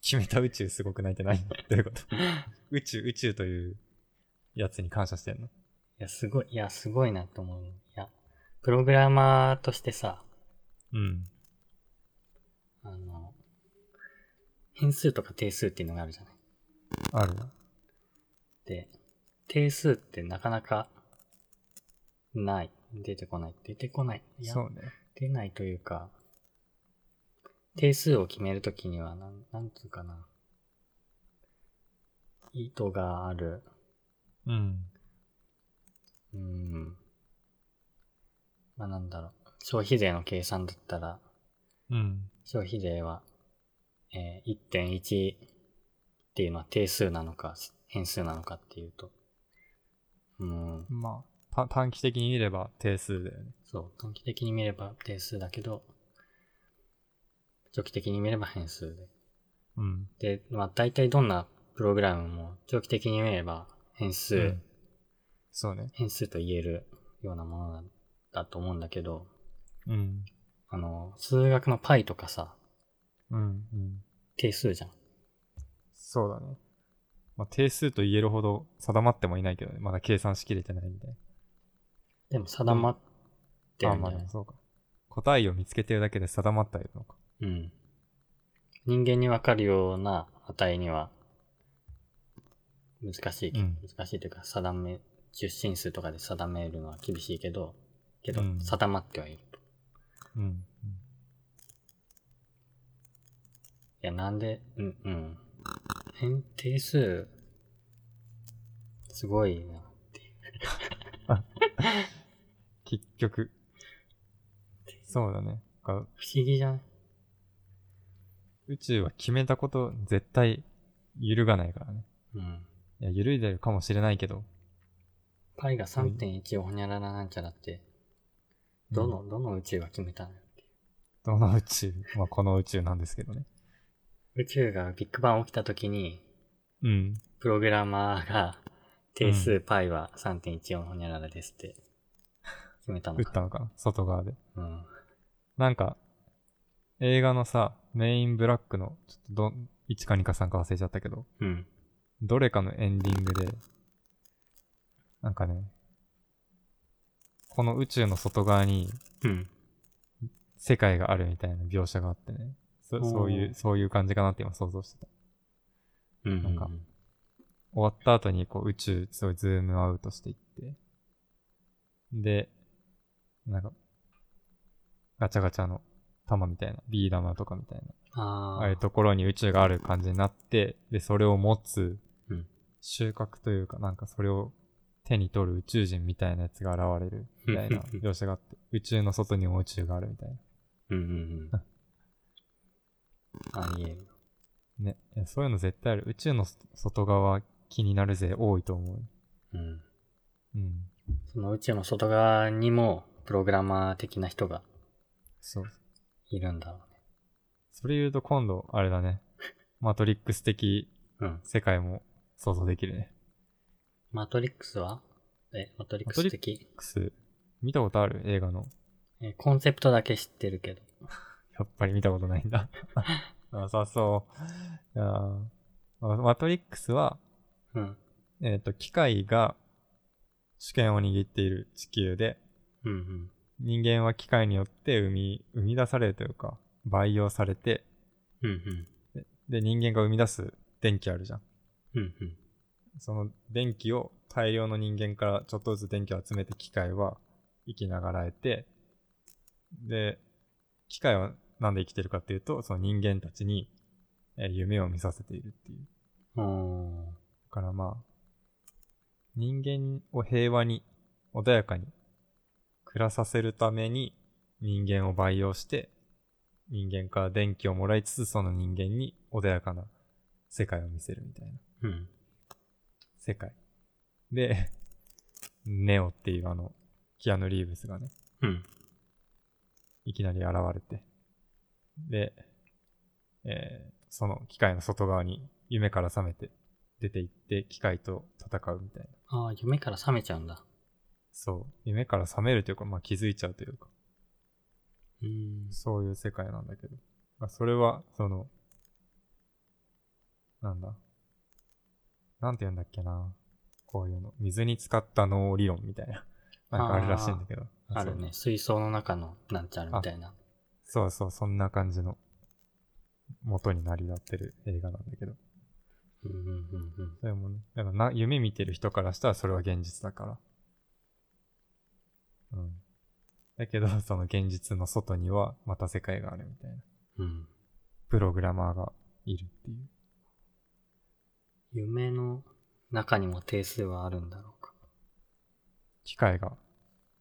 [SPEAKER 1] 決めた宇宙すごくないって何 どういうこと宇宙、宇宙というやつに感謝してんの
[SPEAKER 2] いや、すごい、いや、すごいなと思う。いや、プログラマーとしてさ、
[SPEAKER 1] うん。
[SPEAKER 2] あの、変数とか定数っていうのがあるじゃない。
[SPEAKER 1] ある。
[SPEAKER 2] で、定数ってなかなか、ない。出てこない。出てこない。いや
[SPEAKER 1] そ、うね。
[SPEAKER 2] 出ないというか、定数を決めるときには、なん、なんつうかな。意図がある。
[SPEAKER 1] うん。
[SPEAKER 2] うーん。まあ、なんだろう。消費税の計算だったら、
[SPEAKER 1] うん。
[SPEAKER 2] 消費税は、えー1.1っていうのは定数なのか変数なのかっていうと、うん、
[SPEAKER 1] まあ、た短期的に見れば定数だよね。
[SPEAKER 2] そう、短期的に見れば定数だけど、長期的に見れば変数
[SPEAKER 1] うん。
[SPEAKER 2] で。で、まあ大体どんなプログラムも長期的に見れば変数、
[SPEAKER 1] うんそうね。
[SPEAKER 2] 変数と言えるようなものなんだと思うんだけど、
[SPEAKER 1] うん。
[SPEAKER 2] あの、数学の π とかさ、
[SPEAKER 1] うん。うん。
[SPEAKER 2] 定数じゃん。
[SPEAKER 1] そうだね。まあ、定数と言えるほど定まってもいないけどね。まだ計算しきれてないみたい
[SPEAKER 2] でも定まって
[SPEAKER 1] な。
[SPEAKER 2] る
[SPEAKER 1] あ、ま
[SPEAKER 2] んじゃ
[SPEAKER 1] あ
[SPEAKER 2] な
[SPEAKER 1] で
[SPEAKER 2] い
[SPEAKER 1] もそうか。答えを見つけてるだけで定まったりのか。
[SPEAKER 2] うん。人間にわかるような値には、難しいけ、
[SPEAKER 1] うん
[SPEAKER 2] 難しいというか、定め、出身数とかで定めるのは厳しいけど、けど
[SPEAKER 1] う、ん
[SPEAKER 2] 定まってはいると。い
[SPEAKER 1] うん。うん
[SPEAKER 2] や、なんで、うん、うん。変、定数、すごいな。
[SPEAKER 1] 結局。そうだね。だから
[SPEAKER 2] 不思議じゃない
[SPEAKER 1] 宇宙は決めたこと絶対揺るがないからね。
[SPEAKER 2] うん。
[SPEAKER 1] いや、揺るいでるかもしれないけど。
[SPEAKER 2] パイが3.1をほにゃららなんちゃらって、どの、どの宇宙が決めたのよっていう。
[SPEAKER 1] どの宇宙まあ、この宇宙なんですけどね。
[SPEAKER 2] 宇宙がビッグバン起きた時に、
[SPEAKER 1] うん。
[SPEAKER 2] プログラマーが定数 π は3.14ほにゃららですって決めた
[SPEAKER 1] 打
[SPEAKER 2] の
[SPEAKER 1] った
[SPEAKER 2] か。
[SPEAKER 1] のかな外側で。
[SPEAKER 2] うん。
[SPEAKER 1] なんか、映画のさ、メインブラックの、ちょっとどん、1か2か3か忘れちゃったけど、
[SPEAKER 2] うん。
[SPEAKER 1] どれかのエンディングで、なんかね、この宇宙の外側に
[SPEAKER 2] うん。
[SPEAKER 1] 世界があるみたいな描写があってね、そ
[SPEAKER 2] おー
[SPEAKER 1] そういう、そういう感じかなって今想像してた。
[SPEAKER 2] うん。
[SPEAKER 1] なんか終わった後にこう宇宙、すごいズームアウトしていって、で、なんか、ガチャガチャの玉みたいな、ビー玉とかみたいな、
[SPEAKER 2] あ
[SPEAKER 1] あ
[SPEAKER 2] あ。
[SPEAKER 1] あいうところに宇宙がある感じになって、で、それを持つ
[SPEAKER 2] うん、
[SPEAKER 1] 収穫というか、なんかそれを手に取る宇宙人みたいなやつが現れる、みたいな描写があって、宇宙の外にも宇宙があるみたいな。
[SPEAKER 2] うんうんうん。ありえる。
[SPEAKER 1] ね、いやそういうの絶対ある。宇宙の外外側気になるぜ、多いと思う。
[SPEAKER 2] うん。
[SPEAKER 1] うん。
[SPEAKER 2] その宇宙の外側にも、プログラマー的な人が
[SPEAKER 1] そう。
[SPEAKER 2] いるんだろ
[SPEAKER 1] それ言うと今度、あれだね。 マトリックス的
[SPEAKER 2] うね。うん。
[SPEAKER 1] 世界も想像できるね。
[SPEAKER 2] マトリックスはえ、マトリック
[SPEAKER 1] マトリ
[SPEAKER 2] ス
[SPEAKER 1] ッ
[SPEAKER 2] 的
[SPEAKER 1] クス、見たことある映画の。
[SPEAKER 2] えコンセプトだけ知ってるけど。
[SPEAKER 1] やっぱり見たことないんだ。 なさそう。いやーまマトリックスは、
[SPEAKER 2] うん。
[SPEAKER 1] えっ、と、機械が主権を握っている地球で、
[SPEAKER 2] うんうん。
[SPEAKER 1] 人間は機械によって生み、生み出されるというか、培養されて、
[SPEAKER 2] うんうん。
[SPEAKER 1] で、人間が生み出す電気あるじゃん。
[SPEAKER 2] うんうん。
[SPEAKER 1] その電気を大量の人間からちょっとずつ電気を集めて機械は生きながらえて、で、機械はなんで生きてるかっていうと、その人間たちにえー夢を見させているっていう。
[SPEAKER 2] おー。
[SPEAKER 1] だからまあ、人間を平和に、穏やかに暮らさせるために人間を培養して、人間から電気をもらいつつその人間に穏やかな世界を見せるみたいな。
[SPEAKER 2] うん。
[SPEAKER 1] 世界。で、 ネオっていうあの、キアヌ・リーブスがね、
[SPEAKER 2] うん。
[SPEAKER 1] いきなり現れて、で、えーその機械の外側に夢から覚めて出て行って機械と戦うみたいな。
[SPEAKER 2] ああ、夢から覚めちゃうんだ。
[SPEAKER 1] そう。夢から覚めるというか、まあ気づいちゃうというか、
[SPEAKER 2] うーん。
[SPEAKER 1] そういう世界なんだけど。まあそれは、その、なんだ。なんて言うんだっけな。こういうの。水に浸かった脳理論みたいな。なんかあるらしいんだけど。
[SPEAKER 2] あ
[SPEAKER 1] そ
[SPEAKER 2] る
[SPEAKER 1] う
[SPEAKER 2] ね。水槽の中のなんちゃらみたいな。
[SPEAKER 1] そうそう、そんな感じの元になりなってる映画なんだけど。
[SPEAKER 2] うんうんうんうん。
[SPEAKER 1] それもね、だからな夢見てる人からしたらそれは現実だから。うん。だけど、その現実の外にはまた世界があるみたいな。
[SPEAKER 2] うん。
[SPEAKER 1] プログラマーがいるっていう。
[SPEAKER 2] 夢の中にも定数はあるんだろうか。
[SPEAKER 1] 機械が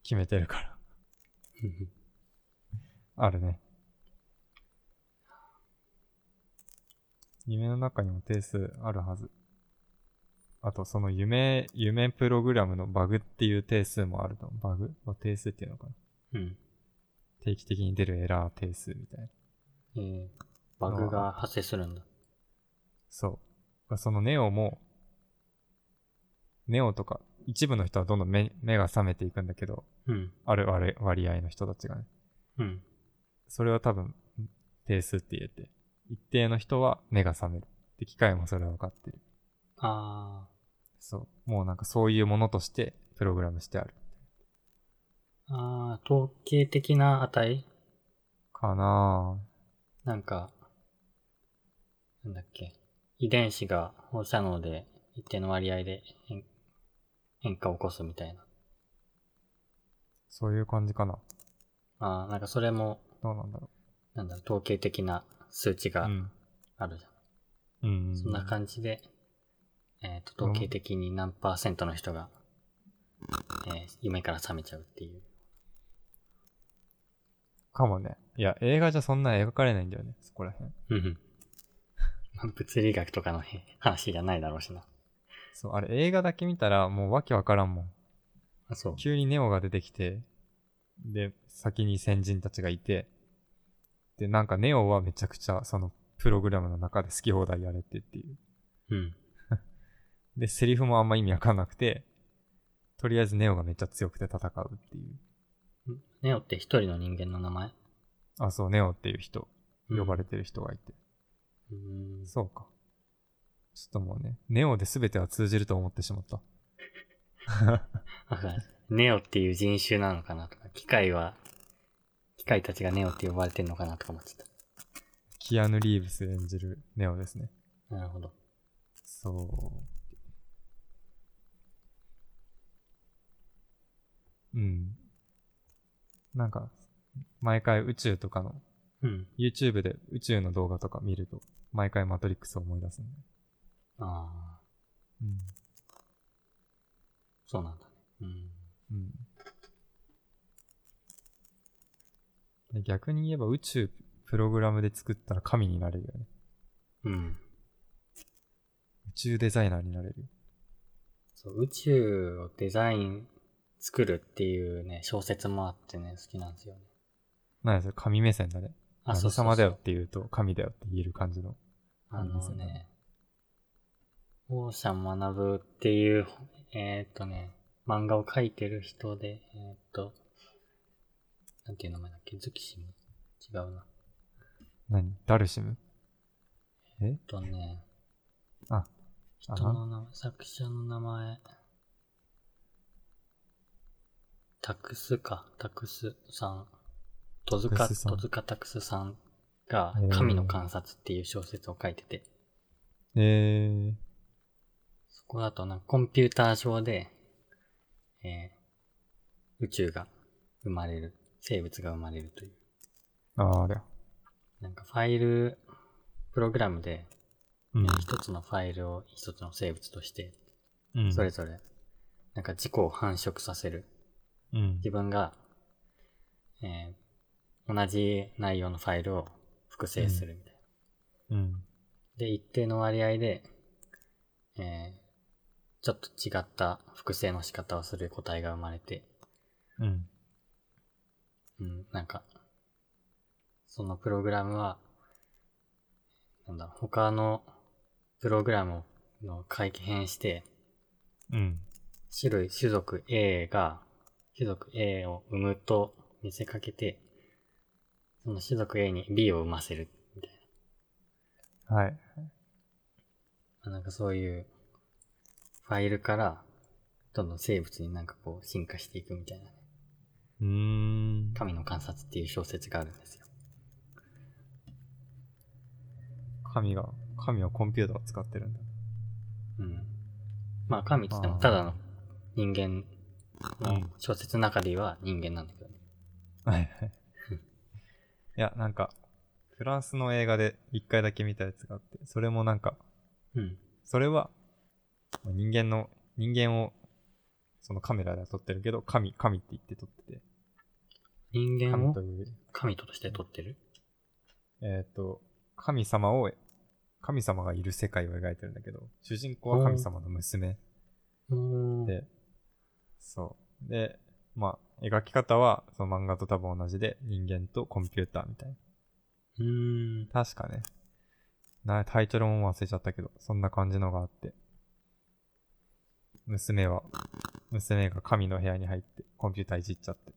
[SPEAKER 1] 決めてるから。あるね。夢の中にも定数あるはず。あと、その夢、夢プログラムのバグっていう定数もあると思う。バグまあ定数っていうのかな。
[SPEAKER 2] うん。
[SPEAKER 1] 定期的に出るエラー定数みたいな。
[SPEAKER 2] えー、バグが発生するんだ。
[SPEAKER 1] そう。そのネオも、ネオとか、一部の人はどんどん目目が覚めていくんだけど、
[SPEAKER 2] うん。
[SPEAKER 1] ある割割合の人たちがね。
[SPEAKER 2] うん。
[SPEAKER 1] それは多分、定数って言えて、一定の人は目が覚める。で、機械もそれは分かってる。
[SPEAKER 2] あ
[SPEAKER 1] そう。もうなんかそういうものとしてプログラムしてある。
[SPEAKER 2] ー。あー、統計的な値
[SPEAKER 1] かな
[SPEAKER 2] なんか、なんだっけ。遺伝子が放射能で一定の割合で変変化を起こすみたいな。
[SPEAKER 1] そういう感じかな。
[SPEAKER 2] あー、なんかそれも、
[SPEAKER 1] どうなんだろ
[SPEAKER 2] なんだろう、統計的な数値
[SPEAKER 1] う。
[SPEAKER 2] が
[SPEAKER 1] うん。
[SPEAKER 2] あるじゃん。
[SPEAKER 1] うん。
[SPEAKER 2] そんな感じで、えっ、と、統計的に何パーセントの人が、えー夢から覚めちゃうっていう。
[SPEAKER 1] かもね。いや、映画じゃそんな描かれないんだよね。そこら辺。
[SPEAKER 2] うん うん。物理学とかのへ話じゃないだろうしな。
[SPEAKER 1] そう、あれ映画だけ見たらもうわけわからんもん。
[SPEAKER 2] あ、そう。
[SPEAKER 1] 急にネオが出てきて、で、先に先人たちがいて、で、なんかネオはめちゃくちゃ、その、プログラムの中で好き放題やれてっていう。
[SPEAKER 2] うん。
[SPEAKER 1] で、セリフもあんま意味わかんなくて、とりあえずネオがめっちゃ強くて戦うっていう。
[SPEAKER 2] ネオって一人の人間の名前
[SPEAKER 1] あ、そう、ネオっていう人、呼ば
[SPEAKER 2] れ
[SPEAKER 1] れてる人がいて。
[SPEAKER 2] うーん。
[SPEAKER 1] そうか。ちょっともうね、ネオで全ては通じると思ってしまった。
[SPEAKER 2] だからネオっていう人種なのかなとか、機械は、機械たちがネオって呼ばれてるのかなとか思っちゃっ
[SPEAKER 1] キアヌ・リーブス演じるネオですね。
[SPEAKER 2] た。なるほど。
[SPEAKER 1] そう。うん。なんか、毎回宇宙とかの、
[SPEAKER 2] うん。
[SPEAKER 1] YouTube で宇宙の動画とか見ると、毎回マトリックスを思い出すんだよ
[SPEAKER 2] ああ、そうなんだね。うん。
[SPEAKER 1] うん。うん。で逆に言えば宇宙プログラムで作ったら神になれるよね。
[SPEAKER 2] うん。
[SPEAKER 1] 宇宙デザイナーになれる。
[SPEAKER 2] そう、宇宙をデザイン作るっていうね、小説もあってね、好きなんですよね。
[SPEAKER 1] なんでそれ神目線だね。
[SPEAKER 2] あ、
[SPEAKER 1] 何様だよって言うと神だよって言える感じの。
[SPEAKER 2] あ
[SPEAKER 1] なんで
[SPEAKER 2] の
[SPEAKER 1] すよ
[SPEAKER 2] ね
[SPEAKER 1] ね、
[SPEAKER 2] オーシャン学ぶっていう、えーっとね、漫画を描いてる人で、えーっと、なんていう名前だっけズキシム違うな。
[SPEAKER 1] 何ダルシム
[SPEAKER 2] えっとね、
[SPEAKER 1] あ、
[SPEAKER 2] 人の名前、作者の名前、タクスか、タクスさん、戸
[SPEAKER 1] タ
[SPEAKER 2] 塚、
[SPEAKER 1] クスさん
[SPEAKER 2] 戸塚タクスさんが
[SPEAKER 1] へー
[SPEAKER 2] 神の観察っていう小説を書いてて、
[SPEAKER 1] えー、
[SPEAKER 2] そこだとなんかコンピューター上で、えー宇宙が生まれる、生物が生まれるという。
[SPEAKER 1] あーあれ。
[SPEAKER 2] なんかファイル、プログラムで、
[SPEAKER 1] うん
[SPEAKER 2] 一つのファイルを一つの生物として、
[SPEAKER 1] うん。
[SPEAKER 2] それぞれ、なんか自己を繁殖させる。
[SPEAKER 1] うん。
[SPEAKER 2] 自分が、えー同じ内容のファイルを複製するみたいな。
[SPEAKER 1] うん。
[SPEAKER 2] で、一定の割合で、えーちょっと違った複製の仕方をする個体が生まれて、
[SPEAKER 1] うん。
[SPEAKER 2] うん、なんか、そのプログラムは、なんだろう、他のプログラムの回帰変して、
[SPEAKER 1] うん。
[SPEAKER 2] 種類、種族 A が、種族 A を生むと見せかけて、その種族 A に B を生ませる。みたい
[SPEAKER 1] はい。
[SPEAKER 2] な。なんかそういう、ファイルから、どんどん生物になんかこう進化していくみたいなね。
[SPEAKER 1] うーん。
[SPEAKER 2] 神の観察っていう小説があるんですよ。
[SPEAKER 1] 神が、神はコンピューターを使ってるんだ。
[SPEAKER 2] うん。まあ神って言って
[SPEAKER 1] あ
[SPEAKER 2] も
[SPEAKER 1] ー
[SPEAKER 2] ただの人間
[SPEAKER 1] う
[SPEAKER 2] の
[SPEAKER 1] ん
[SPEAKER 2] 小説の中では人間なんだけどね。
[SPEAKER 1] はいはい。いや、なんか、フランスの映画で一回だけ見たやつがあって、それもなんか、
[SPEAKER 2] うん。
[SPEAKER 1] それは、まあ人間の、人間を、そのカメラでは撮ってるけど、神、神って言って撮ってて、
[SPEAKER 2] 人間
[SPEAKER 1] 神
[SPEAKER 2] を
[SPEAKER 1] という、
[SPEAKER 2] 神として撮ってる
[SPEAKER 1] えっ、と、神様を、神様がいる世界を描いてるんだけど、主人公は神様の娘
[SPEAKER 2] うーん。
[SPEAKER 1] で、そう。で、まあ、描き方は、その漫画と多分同じで、人間とコンピューターみたいな。
[SPEAKER 2] うーん。
[SPEAKER 1] 確かね。な、タイトルも忘れちゃったけど、そんな感じのがあって。娘は、娘が神の部屋に入って、コンピューターいじっちゃって。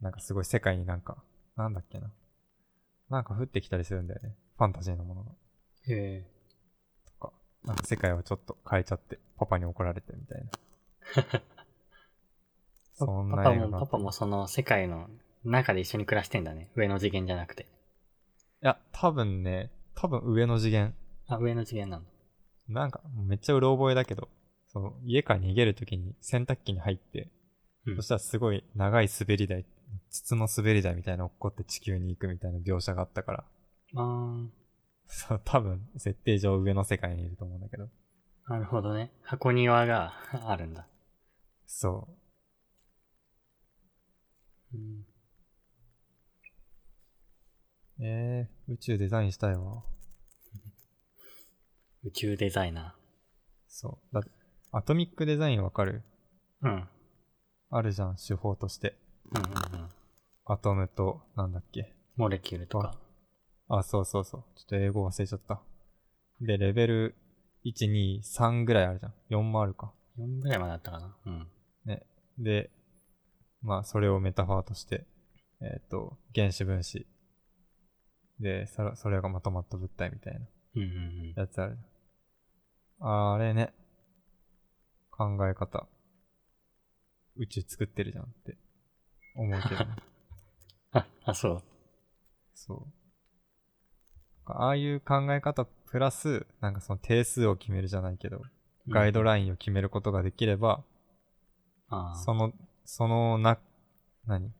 [SPEAKER 1] なんかすごい世界になんか、なんだっけな。なんか降ってきたりするんだよね。ファンタジーのものが。
[SPEAKER 2] え
[SPEAKER 1] とか。なんか世界をちょっと変えちゃって、パパに怒られてみたいな。
[SPEAKER 2] パ
[SPEAKER 1] そんな
[SPEAKER 2] パパ
[SPEAKER 1] 映画が
[SPEAKER 2] も、
[SPEAKER 1] あ
[SPEAKER 2] パ
[SPEAKER 1] っ
[SPEAKER 2] パ
[SPEAKER 1] た。い
[SPEAKER 2] もその世界の中で一緒に暮らしてんだね。上の次元じゃなくて。
[SPEAKER 1] や、多分ね、多分上の次元。
[SPEAKER 2] あ、上の次元なんだ。
[SPEAKER 1] なんか、めっちゃうろ覚えだけど、その、家から逃げるときに洗濯機に入って、
[SPEAKER 2] うん
[SPEAKER 1] そしたらすごい長い滑り台、筒の滑り台みたいなの落っこって地球に行くみたいな描写があったから、
[SPEAKER 2] あー
[SPEAKER 1] そう、多分、設定上上の世界にいると思うんだけど、
[SPEAKER 2] なるほどね。箱庭が あるんだ。
[SPEAKER 1] そ
[SPEAKER 2] うん、
[SPEAKER 1] う。えー、宇宙デザインしたいわ。
[SPEAKER 2] 宇宙デザイナ
[SPEAKER 1] そう。だアトミックデザインわかる
[SPEAKER 2] ー。うん。うん
[SPEAKER 1] あるじゃん、手法として。
[SPEAKER 2] うんうん。
[SPEAKER 1] アトムと、なんだっけ。
[SPEAKER 2] モレキュールとか。
[SPEAKER 1] あ、そうそうそう。ちょっと英語忘れちゃった。で、レベル1、2、3ぐらいあるじゃん。4もあるか。
[SPEAKER 2] 4ぐらいまであったかな。うん。
[SPEAKER 1] で、まあ、それをメタファーとして、えっ、と、原子分子。で、それそれがまとまった物体みたいな
[SPEAKER 2] うんうん うん。
[SPEAKER 1] やつあるじゃん。あれね。考え方。宇宙作ってるじゃんって思うけどね。
[SPEAKER 2] あ、あ、そう。
[SPEAKER 1] そう。ああいう考え方プラス、なんかその定数を決めるじゃないけど、ガイド
[SPEAKER 2] ラ
[SPEAKER 1] ラインを決めることができれば、
[SPEAKER 2] イン。ああ。
[SPEAKER 1] その、そのな、何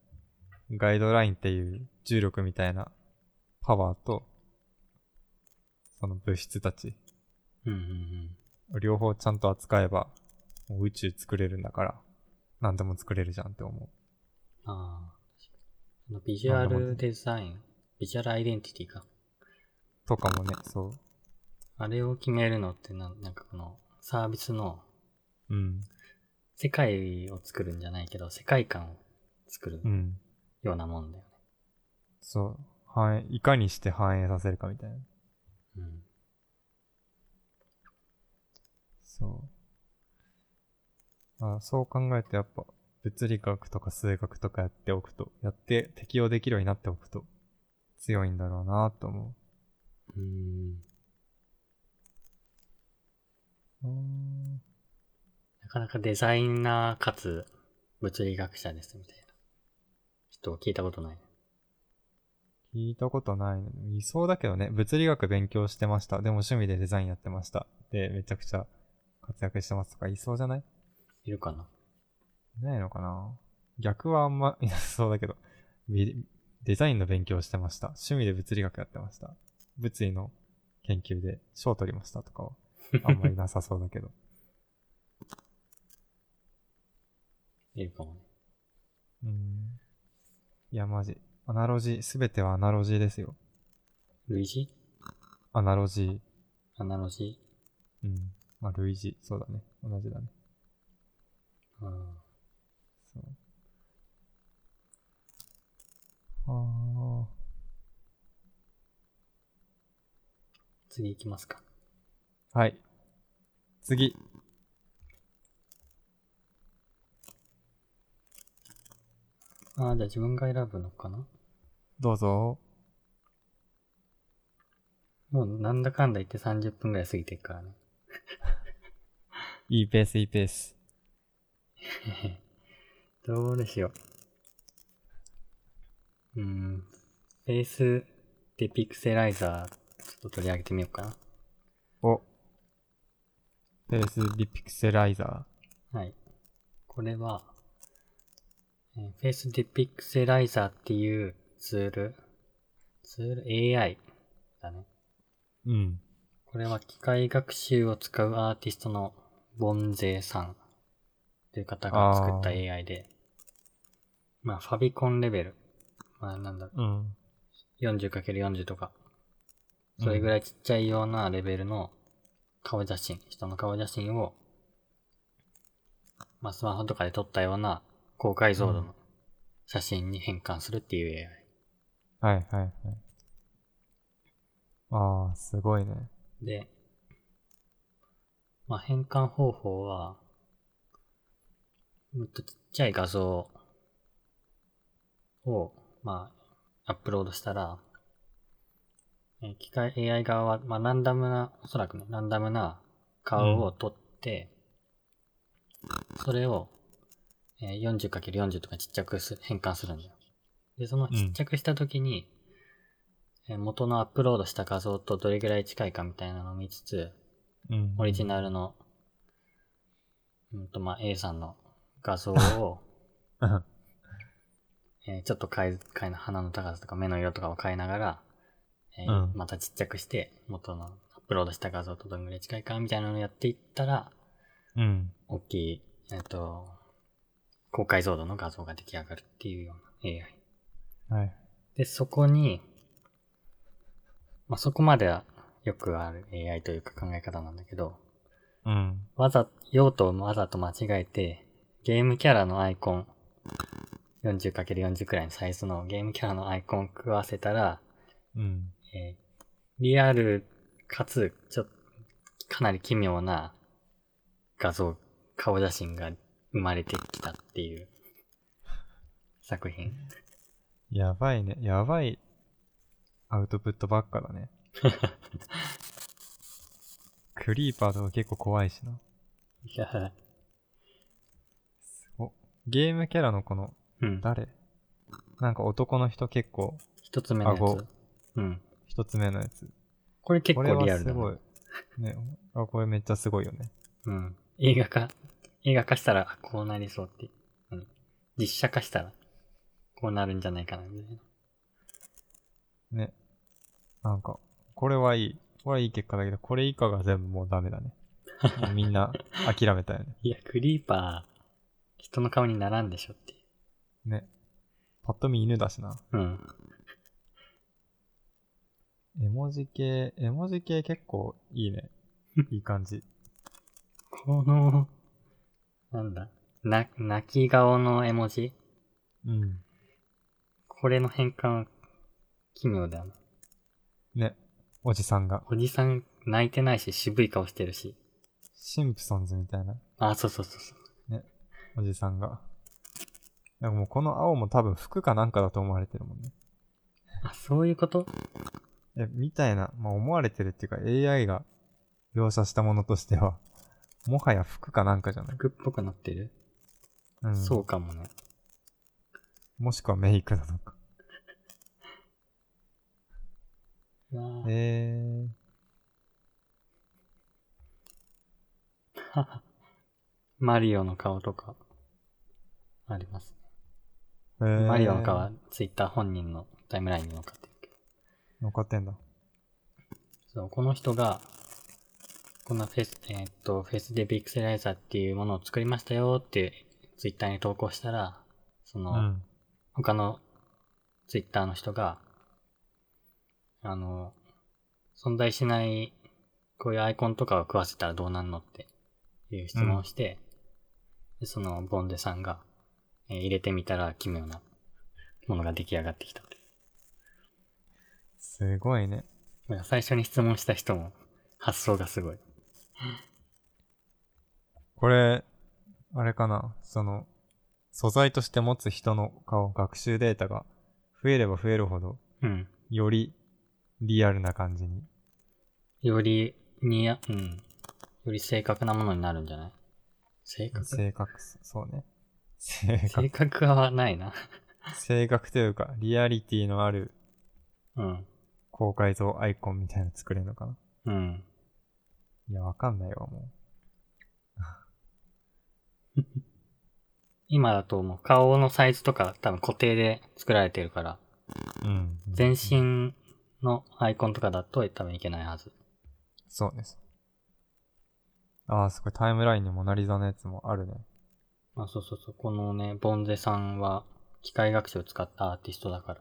[SPEAKER 1] ガイドラインっていう重力みたいなパワーと、その物質たち、
[SPEAKER 2] うんうんうん。
[SPEAKER 1] 両方ちゃんと扱えば、もう宇宙作れるんだから、何でも作れるじゃんって思
[SPEAKER 2] ああ。そのビジュアルデザイン、ビジュアルアイデンティティか。
[SPEAKER 1] う。とかもね、そ
[SPEAKER 2] あれを決めるのってなん、なんかこのサービスの
[SPEAKER 1] う。うん。
[SPEAKER 2] 世界を作るんじゃないけど、世界観を作る
[SPEAKER 1] うん。
[SPEAKER 2] ようなもんだよね。
[SPEAKER 1] そう。反映、いかにして反映させるかみたいな。
[SPEAKER 2] うん。
[SPEAKER 1] そう。あそう考えてやっぱ物理学とか数学とかやっておくと、やって適用できるようになっておくと強いんだろうなと思
[SPEAKER 2] うーん。
[SPEAKER 1] う。うん。
[SPEAKER 2] なかなかデザイナーかつ物理学者ですみたいな人を聞いたことない。
[SPEAKER 1] 聞いたことないのに。いそうだけどね、物理学勉強してました。でも趣味でデザインやってました。で、めちゃくちゃ活躍してますとかいそうじゃない
[SPEAKER 2] いるかない
[SPEAKER 1] ないのかな逆はあんまい なそうだけど、ビデザインの勉強をしてました。趣味で物理学やってました。物理の研究で賞を取りましたとかは、あんまりなさそうだけど。
[SPEAKER 2] いるかもね。
[SPEAKER 1] うん。いや、マジ。アナロジー、すべてはアナロジーですよ。
[SPEAKER 2] 類似
[SPEAKER 1] アナロジー。
[SPEAKER 2] アナロジ
[SPEAKER 1] うん。まあ、類似。そうだね。同じだね。
[SPEAKER 2] ーうん。
[SPEAKER 1] そう。ああ。
[SPEAKER 2] 次行きますか。
[SPEAKER 1] はい。次。
[SPEAKER 2] ああ、じゃあ自分が選ぶのかな
[SPEAKER 1] どうぞ。
[SPEAKER 2] もうなんだかんだ言って30分ぐらい過ぎてるからね。
[SPEAKER 1] いいペース、いいペース。
[SPEAKER 2] どうでしよう。うーん。フェイスデピクセライザー、ちょっと取り上げてみようか
[SPEAKER 1] お。ペースディピクセライザ
[SPEAKER 2] な。はい。これは、えーフェイスデピクセライザーっていうツール、ツール AI だね。
[SPEAKER 1] ー。うん。
[SPEAKER 2] これは機械学習を使うアーティストのボンゼイさんという方が作った
[SPEAKER 1] あー
[SPEAKER 2] AI で、まあファビコンレベル。まあなんだろう
[SPEAKER 1] うん。
[SPEAKER 2] 40×40 とか、それぐ
[SPEAKER 1] い。
[SPEAKER 2] らいちっちゃいようなレベルの顔写真、人の顔写真を、まあ、スマホとかで撮ったような高解像度
[SPEAKER 1] うん
[SPEAKER 2] の写真に変換するっていう AI。
[SPEAKER 1] はいはいはい。ああ、すごいね。
[SPEAKER 2] で、まあ、変換方法は、うんとちっちゃい画像を、まあ、アップロードしたら、えー機械 AI 側は、まあ、ランダムな、おそらくね、ランダムな顔を撮って、それを、えー 40×40 とかちっちゃくす変換するんだよ。で、そのちっちゃくしたときに、えー元のアップロードした画像とどれぐらい近いかみたいなのを見つつ、
[SPEAKER 1] うん。
[SPEAKER 2] オリジナルの、うんと、まあ、A さんの画像 を、
[SPEAKER 1] うん
[SPEAKER 2] えーちょっと変え、変えな、鼻の高さとか目の色とかを変えながら、えー
[SPEAKER 1] うん
[SPEAKER 2] またちっちゃくして、元のアップロードした画像とどんぐらい近いかみたいなのをやっていったら、
[SPEAKER 1] うん。
[SPEAKER 2] 大きい、えっ、と、高解像度の画像が出来上がるっていうような
[SPEAKER 1] は
[SPEAKER 2] AI。
[SPEAKER 1] い。
[SPEAKER 2] で、そこに、まあ、そこまではよくある AI というか考え方なんだけど、
[SPEAKER 1] うん。
[SPEAKER 2] わざ、用途をわざと間違えて、ゲームキャラのアイコン、40×40 くらいのサイズのゲームキャラのアイコンを食わせたら、
[SPEAKER 1] うん。
[SPEAKER 2] えーリアルかつ、ちょっと、かなり奇妙な画像、顔写真が生まれてきたっていう作品。
[SPEAKER 1] やばいね。やばいアウトプットばっかだ ね。クリーパーとか結構怖いしな。
[SPEAKER 2] いや、
[SPEAKER 1] お、ゲームキャラのこの、
[SPEAKER 2] うん。
[SPEAKER 1] 誰なんか男の人結構、
[SPEAKER 2] 一つ目のや
[SPEAKER 1] 顎
[SPEAKER 2] つ。うん。
[SPEAKER 1] 一つ目のやつ。
[SPEAKER 2] これ結
[SPEAKER 1] こ
[SPEAKER 2] 構
[SPEAKER 1] れ
[SPEAKER 2] リア
[SPEAKER 1] は
[SPEAKER 2] ル
[SPEAKER 1] す
[SPEAKER 2] だ、
[SPEAKER 1] ご
[SPEAKER 2] ね
[SPEAKER 1] い。。ね、あ、これめっちゃすごいよね。
[SPEAKER 2] うん。映画化、映画化したら、あこうなりそうって。うん。実写化したら、こうなるんじゃないかな、みたいな。
[SPEAKER 1] ね。なんか、これはいい。これはいい結果だけど、これ以下が全部もうダメだ ね。もうみんな諦めたよね。
[SPEAKER 2] いや、クリーパー、人の顔にならんでしょってい
[SPEAKER 1] ね。パッと見犬だしな。
[SPEAKER 2] う。うん。
[SPEAKER 1] 絵文字系、絵文字系結構いい ね。いい感じ。
[SPEAKER 2] この、なんだ、な、泣き顔の絵文字
[SPEAKER 1] うん。
[SPEAKER 2] これの変換、奇妙だよな。
[SPEAKER 1] ね。おじさんが。
[SPEAKER 2] おじさん泣いてないし、渋い顔してるし。
[SPEAKER 1] シンプソンズみたいな
[SPEAKER 2] あ、そうそうそうそう。
[SPEAKER 1] おじさんが。なんかもうこの青も多分服かなんかだと思われてるもんね。
[SPEAKER 2] あ、そういうこと
[SPEAKER 1] え、みたいな、まあ、思われてるっていうか AI が描写したものとしては、もはや服かなんかじゃない、
[SPEAKER 2] 服っぽくなってる、
[SPEAKER 1] うん、
[SPEAKER 2] そうかもね。
[SPEAKER 1] う。もしくはメイクなのか。
[SPEAKER 2] うわー
[SPEAKER 1] えー、
[SPEAKER 2] マリオの顔とか、あります。
[SPEAKER 1] えー、
[SPEAKER 2] マリオの顔は、ツイッター本人のタイムラインに乗っかってるけど。
[SPEAKER 1] 乗っかってんだ。
[SPEAKER 2] そう、この人が、こんなフェス、えーっと、フェスでビクセライザーっていうものを作りましたよって、ツイッターに投稿したら、そうの、
[SPEAKER 1] ん。
[SPEAKER 2] 他のツイッターの人が、あの、存在しない、こういうアイコンとかを食わせたらどうなんのっていう質問をして、でそのボンデさんが、えー入れてみたら奇妙なものが出来上がってきた。
[SPEAKER 1] すごいね。
[SPEAKER 2] なんか最初に質問した人も発想がすごい。
[SPEAKER 1] これ、あれかな、その、素材として持つ人の顔、学習データが増えれば増えるほど、
[SPEAKER 2] うん。
[SPEAKER 1] よりリアルな感じに。
[SPEAKER 2] より、にや、うん。より正確なものになるんじゃない正確正
[SPEAKER 1] 正確、そうね。正確、
[SPEAKER 2] 確はないな。
[SPEAKER 1] 正確というか、リアリティのある
[SPEAKER 2] うん。
[SPEAKER 1] 高解像アイコンみたいなの作れるのかな
[SPEAKER 2] うん。
[SPEAKER 1] いや、わかんないわ、も
[SPEAKER 2] 今だともう顔のサイズとか多分固定で作られてるから、
[SPEAKER 1] う。うん。
[SPEAKER 2] 全身のアイコンとかだと多分いけないはず。
[SPEAKER 1] そうです。ああ、すごい、タイムラインにモナリザのやつもあるね。
[SPEAKER 2] あ、そうそうそう。このね、ボンゼさんは機械学習を使ったアーティストだから、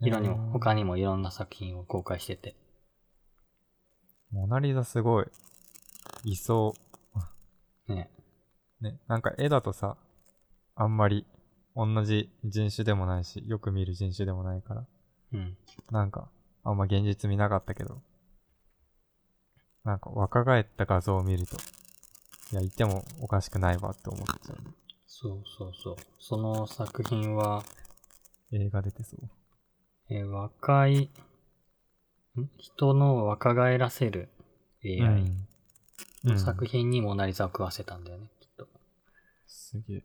[SPEAKER 2] 色にも、他
[SPEAKER 1] に。
[SPEAKER 2] にもいろんな作品を公開してて。
[SPEAKER 1] モナリザすごい。いそ
[SPEAKER 2] ね。
[SPEAKER 1] う。ね、なんか絵だとさ、あんまり同じ人種でもないし、よく見る人種でもないから、
[SPEAKER 2] うん。
[SPEAKER 1] なんか、あんま現実見なかったけど、なんか若返った画像を見ると、いや、いてもおかしくないわって思っちゃうね。
[SPEAKER 2] そうそうそう。その作品は、
[SPEAKER 1] 映画出てそう。
[SPEAKER 2] えー若い、ん人の若返らせる AI
[SPEAKER 1] うん、
[SPEAKER 2] の作品にモナリザを食わせたんだよね、きっと。
[SPEAKER 1] すげえ。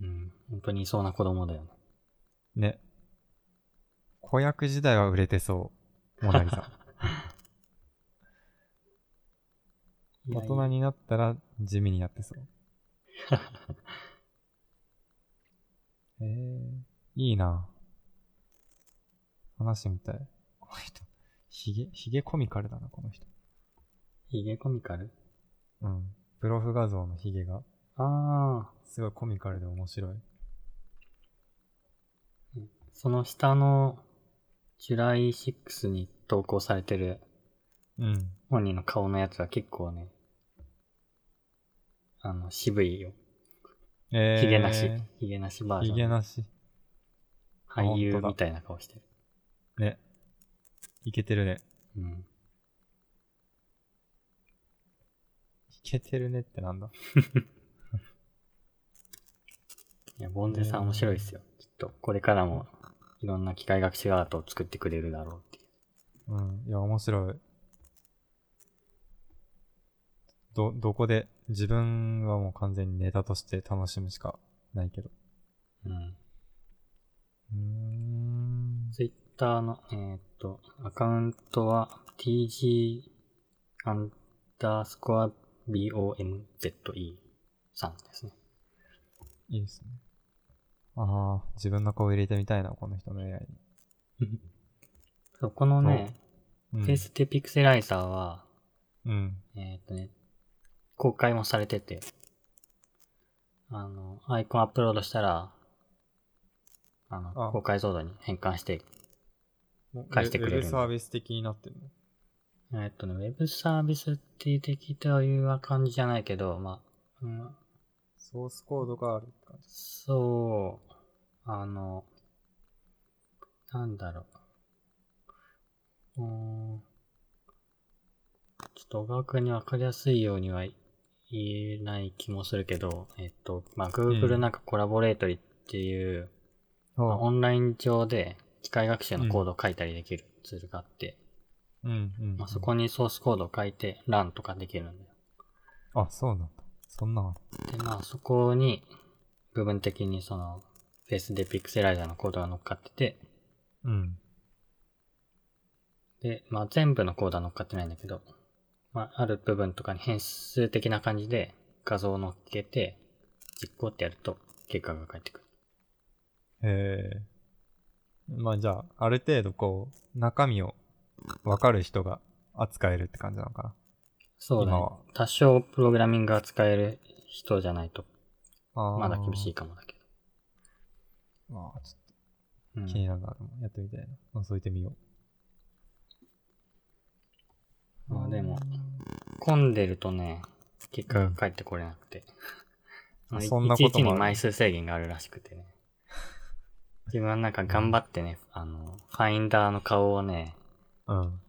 [SPEAKER 2] うん。本当にいそうな子供だよね。
[SPEAKER 1] ね。子役時代は売れてそう。モナリザ。
[SPEAKER 2] い
[SPEAKER 1] 大
[SPEAKER 2] やいや
[SPEAKER 1] 人になったら地味になって そう。えー、いいな話してみたい。この人。ひげ、ひげコミカルだな、この人。
[SPEAKER 2] ヒゲコミカル
[SPEAKER 1] うん。プロフ画像のひげが、
[SPEAKER 2] ああ、
[SPEAKER 1] すごいコミカルで面白い。
[SPEAKER 2] その下の、ジュライ6に投稿されてる
[SPEAKER 1] うん。
[SPEAKER 2] 本人の顔のやつは結構ね、あの、渋いよ。
[SPEAKER 1] えー、
[SPEAKER 2] ヒゲなし、ヒゲなしバージョ
[SPEAKER 1] ひ
[SPEAKER 2] ン。
[SPEAKER 1] げなし。
[SPEAKER 2] 俳優
[SPEAKER 1] 本当だ
[SPEAKER 2] みたいな顔してる。
[SPEAKER 1] ね。いけてるね。
[SPEAKER 2] うん。
[SPEAKER 1] いけてるねってなんだ。
[SPEAKER 2] いや、ボンゼさん
[SPEAKER 1] うん
[SPEAKER 2] 面白いですよ。きっと、これからも、いろんな機械学習アートを作ってくれるだろうっていう。
[SPEAKER 1] うん。いや、面白い。ど、どこで、自分はもう完全にネタとして楽しむしかないけど。
[SPEAKER 2] うん。
[SPEAKER 1] うーん。
[SPEAKER 2] ツイッターの、えーっと、アカウントは tg アンダースコア bomze さんですね。
[SPEAKER 1] いいですね。ああ、自分の顔入れてみたいな、この人の AI
[SPEAKER 2] そうこのね、
[SPEAKER 1] に。うん
[SPEAKER 2] テステピクセライザーは、
[SPEAKER 1] うん。
[SPEAKER 2] えーっとね、公開もされてて、あの、アイコンアップロードしたら、あの、
[SPEAKER 1] あ
[SPEAKER 2] 公開ソードに変換して
[SPEAKER 1] 返
[SPEAKER 2] 返
[SPEAKER 1] し
[SPEAKER 2] して
[SPEAKER 1] く
[SPEAKER 2] てく
[SPEAKER 1] れる。
[SPEAKER 2] れる
[SPEAKER 1] ウェブサービス的になってるの。
[SPEAKER 2] えーっとね、ウェブサービスって的という感じじゃないけど、まあ、うん、
[SPEAKER 1] ソースコードがあるって感じ。
[SPEAKER 2] そう、あの、なんだろう。うーん。ちょっと小川くんにわかりやすいようには言えない気もするけど、えっと、まあ、
[SPEAKER 1] う
[SPEAKER 2] Google
[SPEAKER 1] ん
[SPEAKER 2] なんかコラボレートリっていう、まあ
[SPEAKER 1] あ
[SPEAKER 2] オンライン上で機械学習のコードを書いたりできるツールがあって、
[SPEAKER 1] うんうん。
[SPEAKER 2] まあ、そこにソースコードを書いて LAN とかできるんだよ。
[SPEAKER 1] あ、そうなんだ。そんなのある
[SPEAKER 2] で、まあそこに部分的にそのフェイスでピクセライザーのコードが乗っかってて、
[SPEAKER 1] うん。
[SPEAKER 2] で、まあ全部のコードは乗っかってないんだけど、まあある部分とかに変数的な感じで画像を乗っけて実行ってやると結果が返ってくる。
[SPEAKER 1] へえ。まあじゃあ、ある程度こう、中身を分かる人が扱えるって感じなのかな。
[SPEAKER 2] そうだ
[SPEAKER 1] 今
[SPEAKER 2] ね
[SPEAKER 1] は。
[SPEAKER 2] 多少プログラミングが使える人じゃないと
[SPEAKER 1] あ
[SPEAKER 2] まだ厳し
[SPEAKER 1] い。
[SPEAKER 2] いかもだけ
[SPEAKER 1] まあ、ちょっ
[SPEAKER 2] ど。うん
[SPEAKER 1] と気になるな。でもやってみたいな。覗いてみよう。
[SPEAKER 2] まあでも、混んでるとね、結果が返ってこれなくて。
[SPEAKER 1] うん
[SPEAKER 2] あの
[SPEAKER 1] そんなこともある
[SPEAKER 2] いちいちに枚数制限があるらしくてね。自分はなんか頑張ってね、あの、ファインダーの顔をね、
[SPEAKER 1] うん。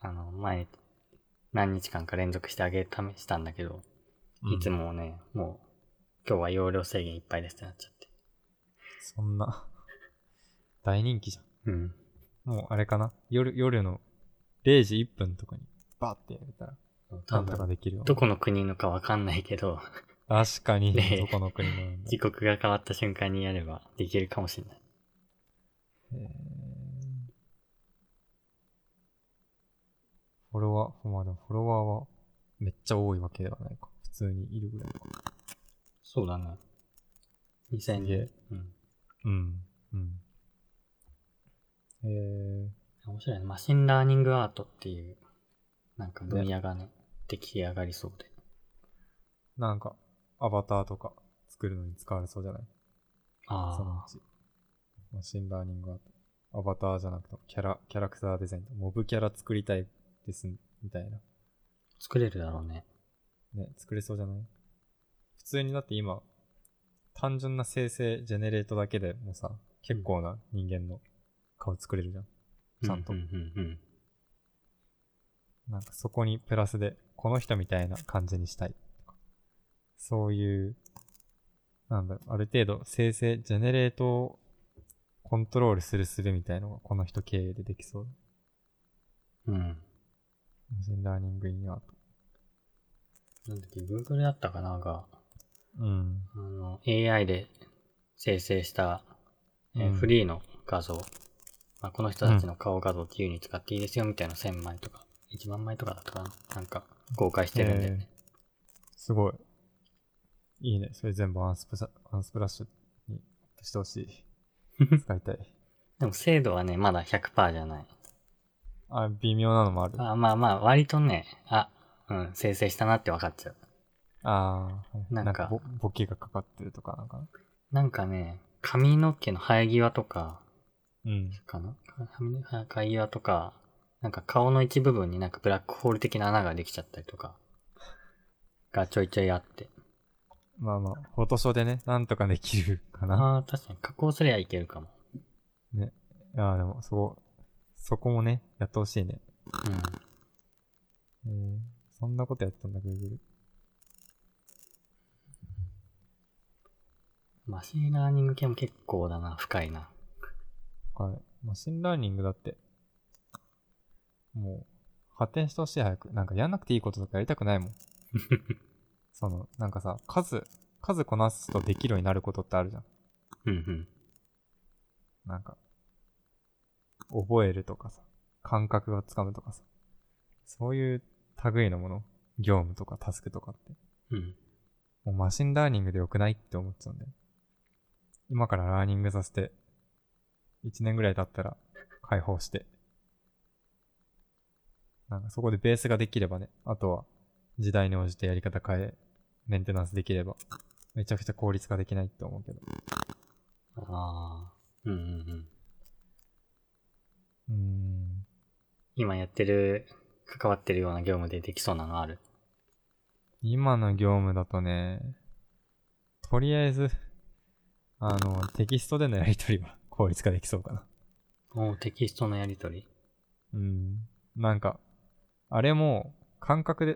[SPEAKER 2] あの、前、何日間か連続してあげためしたんだけど、
[SPEAKER 1] うん
[SPEAKER 2] いつ。もね、もう、今日は容量制限いっぱいですってなっちゃって。
[SPEAKER 1] そんな、大人気じゃん。
[SPEAKER 2] うん。
[SPEAKER 1] もうあれかな夜、夜の0時1分とかにバーってやれたら、な
[SPEAKER 2] 多
[SPEAKER 1] んとか
[SPEAKER 2] 分、
[SPEAKER 1] できるよ。
[SPEAKER 2] どこの国のかわかんないけど、
[SPEAKER 1] 確かに、
[SPEAKER 2] ねえ
[SPEAKER 1] どこの国もなんだ
[SPEAKER 2] 時刻が変わった瞬間にやればできるかもしれない。
[SPEAKER 1] へーフォロワー、まあでもフォロワーはめっちゃ多いわけではないか。普通にいるぐらいか。
[SPEAKER 2] そうだね。2000
[SPEAKER 1] すげえ
[SPEAKER 2] 人。うん。
[SPEAKER 1] うん。うん。えー、
[SPEAKER 2] 面白いね。マシンラーニングアートっていう、なんか分野がね、出来上がりそうで。
[SPEAKER 1] なんか、アバターとか作るのに使われそうじゃないその
[SPEAKER 2] あ
[SPEAKER 1] うち。マシンラーニングアート。アバターじゃなくてもキャラ、キャラクターデザインとモブキャラ作りたいです、みたいな。
[SPEAKER 2] 作れるだろうね。
[SPEAKER 1] ね、作れそうじゃない普通にだって今、単純な生成、ジェネレートだけでもうさ、結構な人間の顔作れるじゃん。ちゃんと。
[SPEAKER 2] うんうんうんうん。
[SPEAKER 1] なんかそこにプラスで、この人みたいな感じにしたい。そういう、なんだろう、ある程度生成、ジェネレートをコントロールするするみたいのがこの人経営でできそう。
[SPEAKER 2] うん。
[SPEAKER 1] マシンラーニングインアート。
[SPEAKER 2] なんだっけ、Google だったかなが、
[SPEAKER 1] うん。
[SPEAKER 2] あの、AI で生成した、えー
[SPEAKER 1] うん
[SPEAKER 2] フリーの画像。まあ、この人たちの顔画像自由に使っていいですよ、みたいな1000枚とか、1万枚とかだったかな。なんか、公開してるんで、ね
[SPEAKER 1] すごい。いいね。それ全部アンスプラアンスプラッシュにアップしてほし い。使いたい。
[SPEAKER 2] でも精度はね、まだ100%じゃない。
[SPEAKER 1] あ、微妙なのもある。あ
[SPEAKER 2] あまあまあ、割とね、あ、うん、生成したなって分かっちゃう。
[SPEAKER 1] あー、
[SPEAKER 2] なんか
[SPEAKER 1] ボボケがかかってるとか、なんか。
[SPEAKER 2] なんかね、髪の毛の生え際とか、
[SPEAKER 1] うん。
[SPEAKER 2] かな髪の生え際とか、なんか顔の一部分になんかブラックホール的な穴ができちゃったりとか、がちょいちょいあって。
[SPEAKER 1] まあまあ、フォトショーでね、なんとかできるかな。
[SPEAKER 2] ああ、確かに加工すりゃいけるかも。
[SPEAKER 1] うね。ああ、でも、そこ、そこもね、やってほしいね。
[SPEAKER 2] うん。
[SPEAKER 1] えー、そんなことやったんだ、Google。
[SPEAKER 2] マシンラーニング系も結構だな、深いな。
[SPEAKER 1] はい。マシンラーニングだって、もう、発展してほしい、早く。なんかやんなくていいこととかやりたくないもん。その、なんかさ、数、数こなすとできるようになることってあるじゃん。
[SPEAKER 2] うん
[SPEAKER 1] なんか、覚えるとかさ、感覚がつかむとかさ、そういう類のもの、業務とかタスクとかって、
[SPEAKER 2] うん。うん。
[SPEAKER 1] もうマシンラーニングで良くないって思っちゃうんだよ。今からラーニングさせて、1年ぐらい経ったら解放して、なんかそこでベースができればね、あとは時代に応じてやり方変え、メンテナンスできれば、めちゃくちゃ効率化できないって思うけど。
[SPEAKER 2] ああ。うんうん
[SPEAKER 1] う
[SPEAKER 2] うん。
[SPEAKER 1] ーん。
[SPEAKER 2] 今やってる、関わってるような業務でできそうなのある。
[SPEAKER 1] 今の業務だとね、とりあえず、あの、テキストでのやりとりは効率化できそうかな。
[SPEAKER 2] おーテキストのやりとり。
[SPEAKER 1] うん。なんか、あれも、感覚で、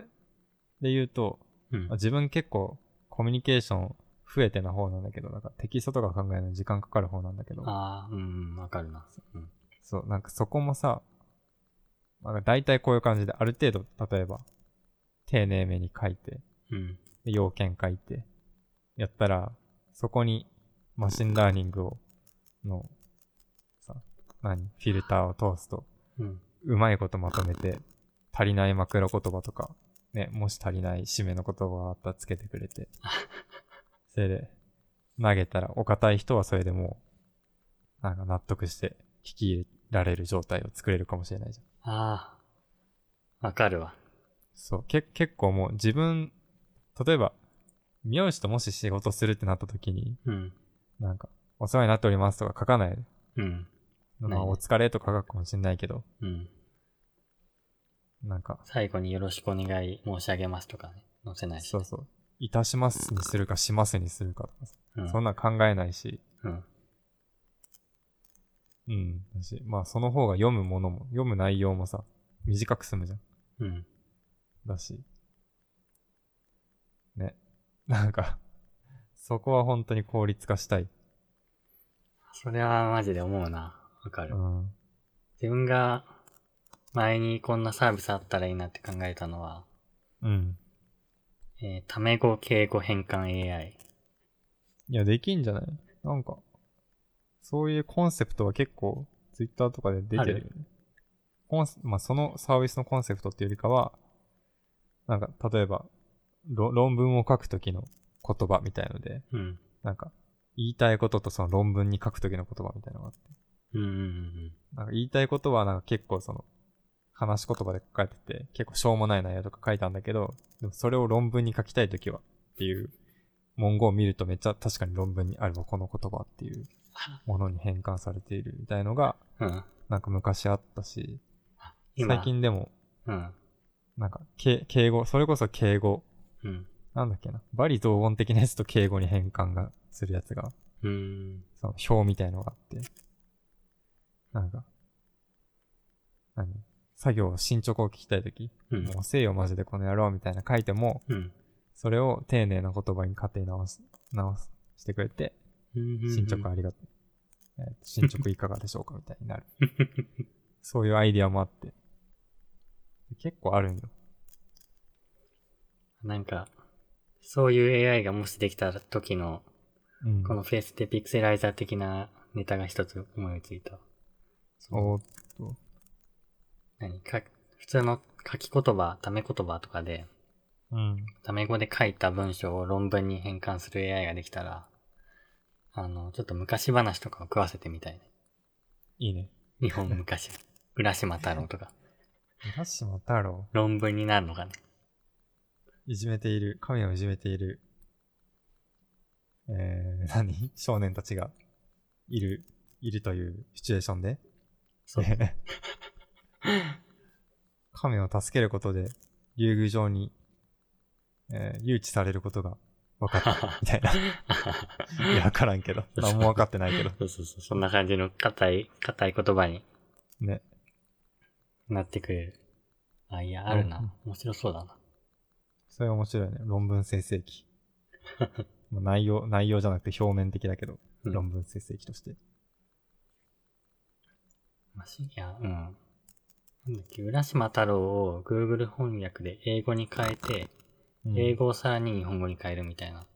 [SPEAKER 1] で言うと、
[SPEAKER 2] うん
[SPEAKER 1] あ。自分結構、コミュニケーション増えてな方なんだけど、なんかテキストとか考えるの時間かかる方なんだけど、
[SPEAKER 2] ああ、うんうん、わかるな。うん。
[SPEAKER 1] そう、なんかそこもさ、なんか大体こういう感じで、ある程度、例えば、丁寧めに書いて、
[SPEAKER 2] うん。
[SPEAKER 1] で要件書いて、やったら、そこにマシンラーニングを、の、さ、何、フィルターを通すと、
[SPEAKER 2] うん。
[SPEAKER 1] うまいことまとめて、足りない枕言葉とか、ね、もし足りない締めの言葉があったらつけてくれて、それで、投げたら、お堅い人はそれでもう、なんか納得して引き入れられる状態を作れるかもしれないじゃん。
[SPEAKER 2] ああ。わかるわ。
[SPEAKER 1] そう、け、結構もう自分、例えば、名字ともし仕事するってなった時に、
[SPEAKER 2] うん。
[SPEAKER 1] なんか、お世話になっておりますとか書かない。
[SPEAKER 2] うん。
[SPEAKER 1] ま
[SPEAKER 2] な
[SPEAKER 1] あ、
[SPEAKER 2] いね
[SPEAKER 1] お疲れとか書くかもしれないけど、
[SPEAKER 2] うん。
[SPEAKER 1] なんか、
[SPEAKER 2] 最後によろしくお願い申し上げますとかね。載せないし。
[SPEAKER 1] そうそう、いたしますにするかしますにするかとかさ、
[SPEAKER 2] うん。
[SPEAKER 1] そんなん考えないし、
[SPEAKER 2] うん。
[SPEAKER 1] うん、だし、まあ、その方が読むものも、読む内容もさ、短く済むじゃん。
[SPEAKER 2] うん。
[SPEAKER 1] だし、ね、 なんか、そこは本当に効率化したい。
[SPEAKER 2] それはマジで思うな。わか
[SPEAKER 1] う
[SPEAKER 2] る。
[SPEAKER 1] ん、
[SPEAKER 2] 自分が前にこんなサービスあったらいいなって考えたのは、
[SPEAKER 1] うん。
[SPEAKER 2] えー、タメ語敬語変換 AI。
[SPEAKER 1] いや、できんじゃないなんか、そういうコンセプトは結構、ツイッターとかで出てるよね。コンセまあ、そのサービスのコンセプトっていうよりかは、なんか、例えば、ろ論文を書くときの言葉みたいので、
[SPEAKER 2] うん。
[SPEAKER 1] なんか、言いたいこととその論文に書くときの言葉みたいなのがあって、
[SPEAKER 2] うんうんうん
[SPEAKER 1] なんか言いたいことはなんか結構その、話し言葉で書かれてて、結構しょうもない内容とか書いたんだけど、でもそれを論文に書きたいときはっていう文言を見るとめっちゃ確かに論文にあるわ、この言葉っていうものに変換されているみたいのが、
[SPEAKER 2] うん。うん。
[SPEAKER 1] なんか昔あったし、
[SPEAKER 2] 今、
[SPEAKER 1] 最近でも、
[SPEAKER 2] うん。
[SPEAKER 1] なんか敬、敬語、それこそ敬語、
[SPEAKER 2] うん。
[SPEAKER 1] なんだっけな、バリ同音的なやつと敬語に変換がするやつが
[SPEAKER 2] うーん。
[SPEAKER 1] その表みたいのがあって、なんか、何作業、進捗を聞きたいとき、
[SPEAKER 2] うん。
[SPEAKER 1] もうせえよマジでこの野郎みたいな書いても、
[SPEAKER 2] うん。
[SPEAKER 1] それを丁寧な言葉に勝手に直す、直す、してくれて、
[SPEAKER 2] うん
[SPEAKER 1] 進捗ありがとう。えー進捗いかがでしょうかみたいに なる。そういうアイディアもあって。結構あるんよ。
[SPEAKER 2] なんか、そういう AI がもしできた時の、
[SPEAKER 1] うん。
[SPEAKER 2] このフェイスでピクセライザー的なネタが一つ思いついた。その
[SPEAKER 1] おーっと。
[SPEAKER 2] 何か、普通の書き言葉、ため言葉とかで、
[SPEAKER 1] うん。
[SPEAKER 2] タメ語で書いた文章を論文に変換する AI ができたら、あの、ちょっと昔話とかを食わせてみたいね。
[SPEAKER 1] いいね。
[SPEAKER 2] 日 本昔。浦島太郎とか。
[SPEAKER 1] 浦島太郎、
[SPEAKER 2] 論文になるのかね。
[SPEAKER 1] いじめている、神をいじめている、えー、何少年たちがいる、いるというシチュエーション で、
[SPEAKER 2] そう。
[SPEAKER 1] 神を助けることで、竜宮城に、えー誘致されることが分かった。 みたいな。いや、分からんけど。何も分かってないけど。
[SPEAKER 2] そうそうそう。そんな感じの硬い、硬い言葉に
[SPEAKER 1] ね。
[SPEAKER 2] なってくれる。あ、いや、ある
[SPEAKER 1] うん
[SPEAKER 2] な。面白そうだな。
[SPEAKER 1] それ面白いね。論文生成 記。まあ内容、内容じゃなくて表面的だけど、
[SPEAKER 2] うん
[SPEAKER 1] 論文生成記として。
[SPEAKER 2] マシいや、うん。なんだっけ、浦島太郎を Google 翻訳で英語に変えて、
[SPEAKER 1] うん
[SPEAKER 2] 英語をさらに日本語に変えるみたいな、っ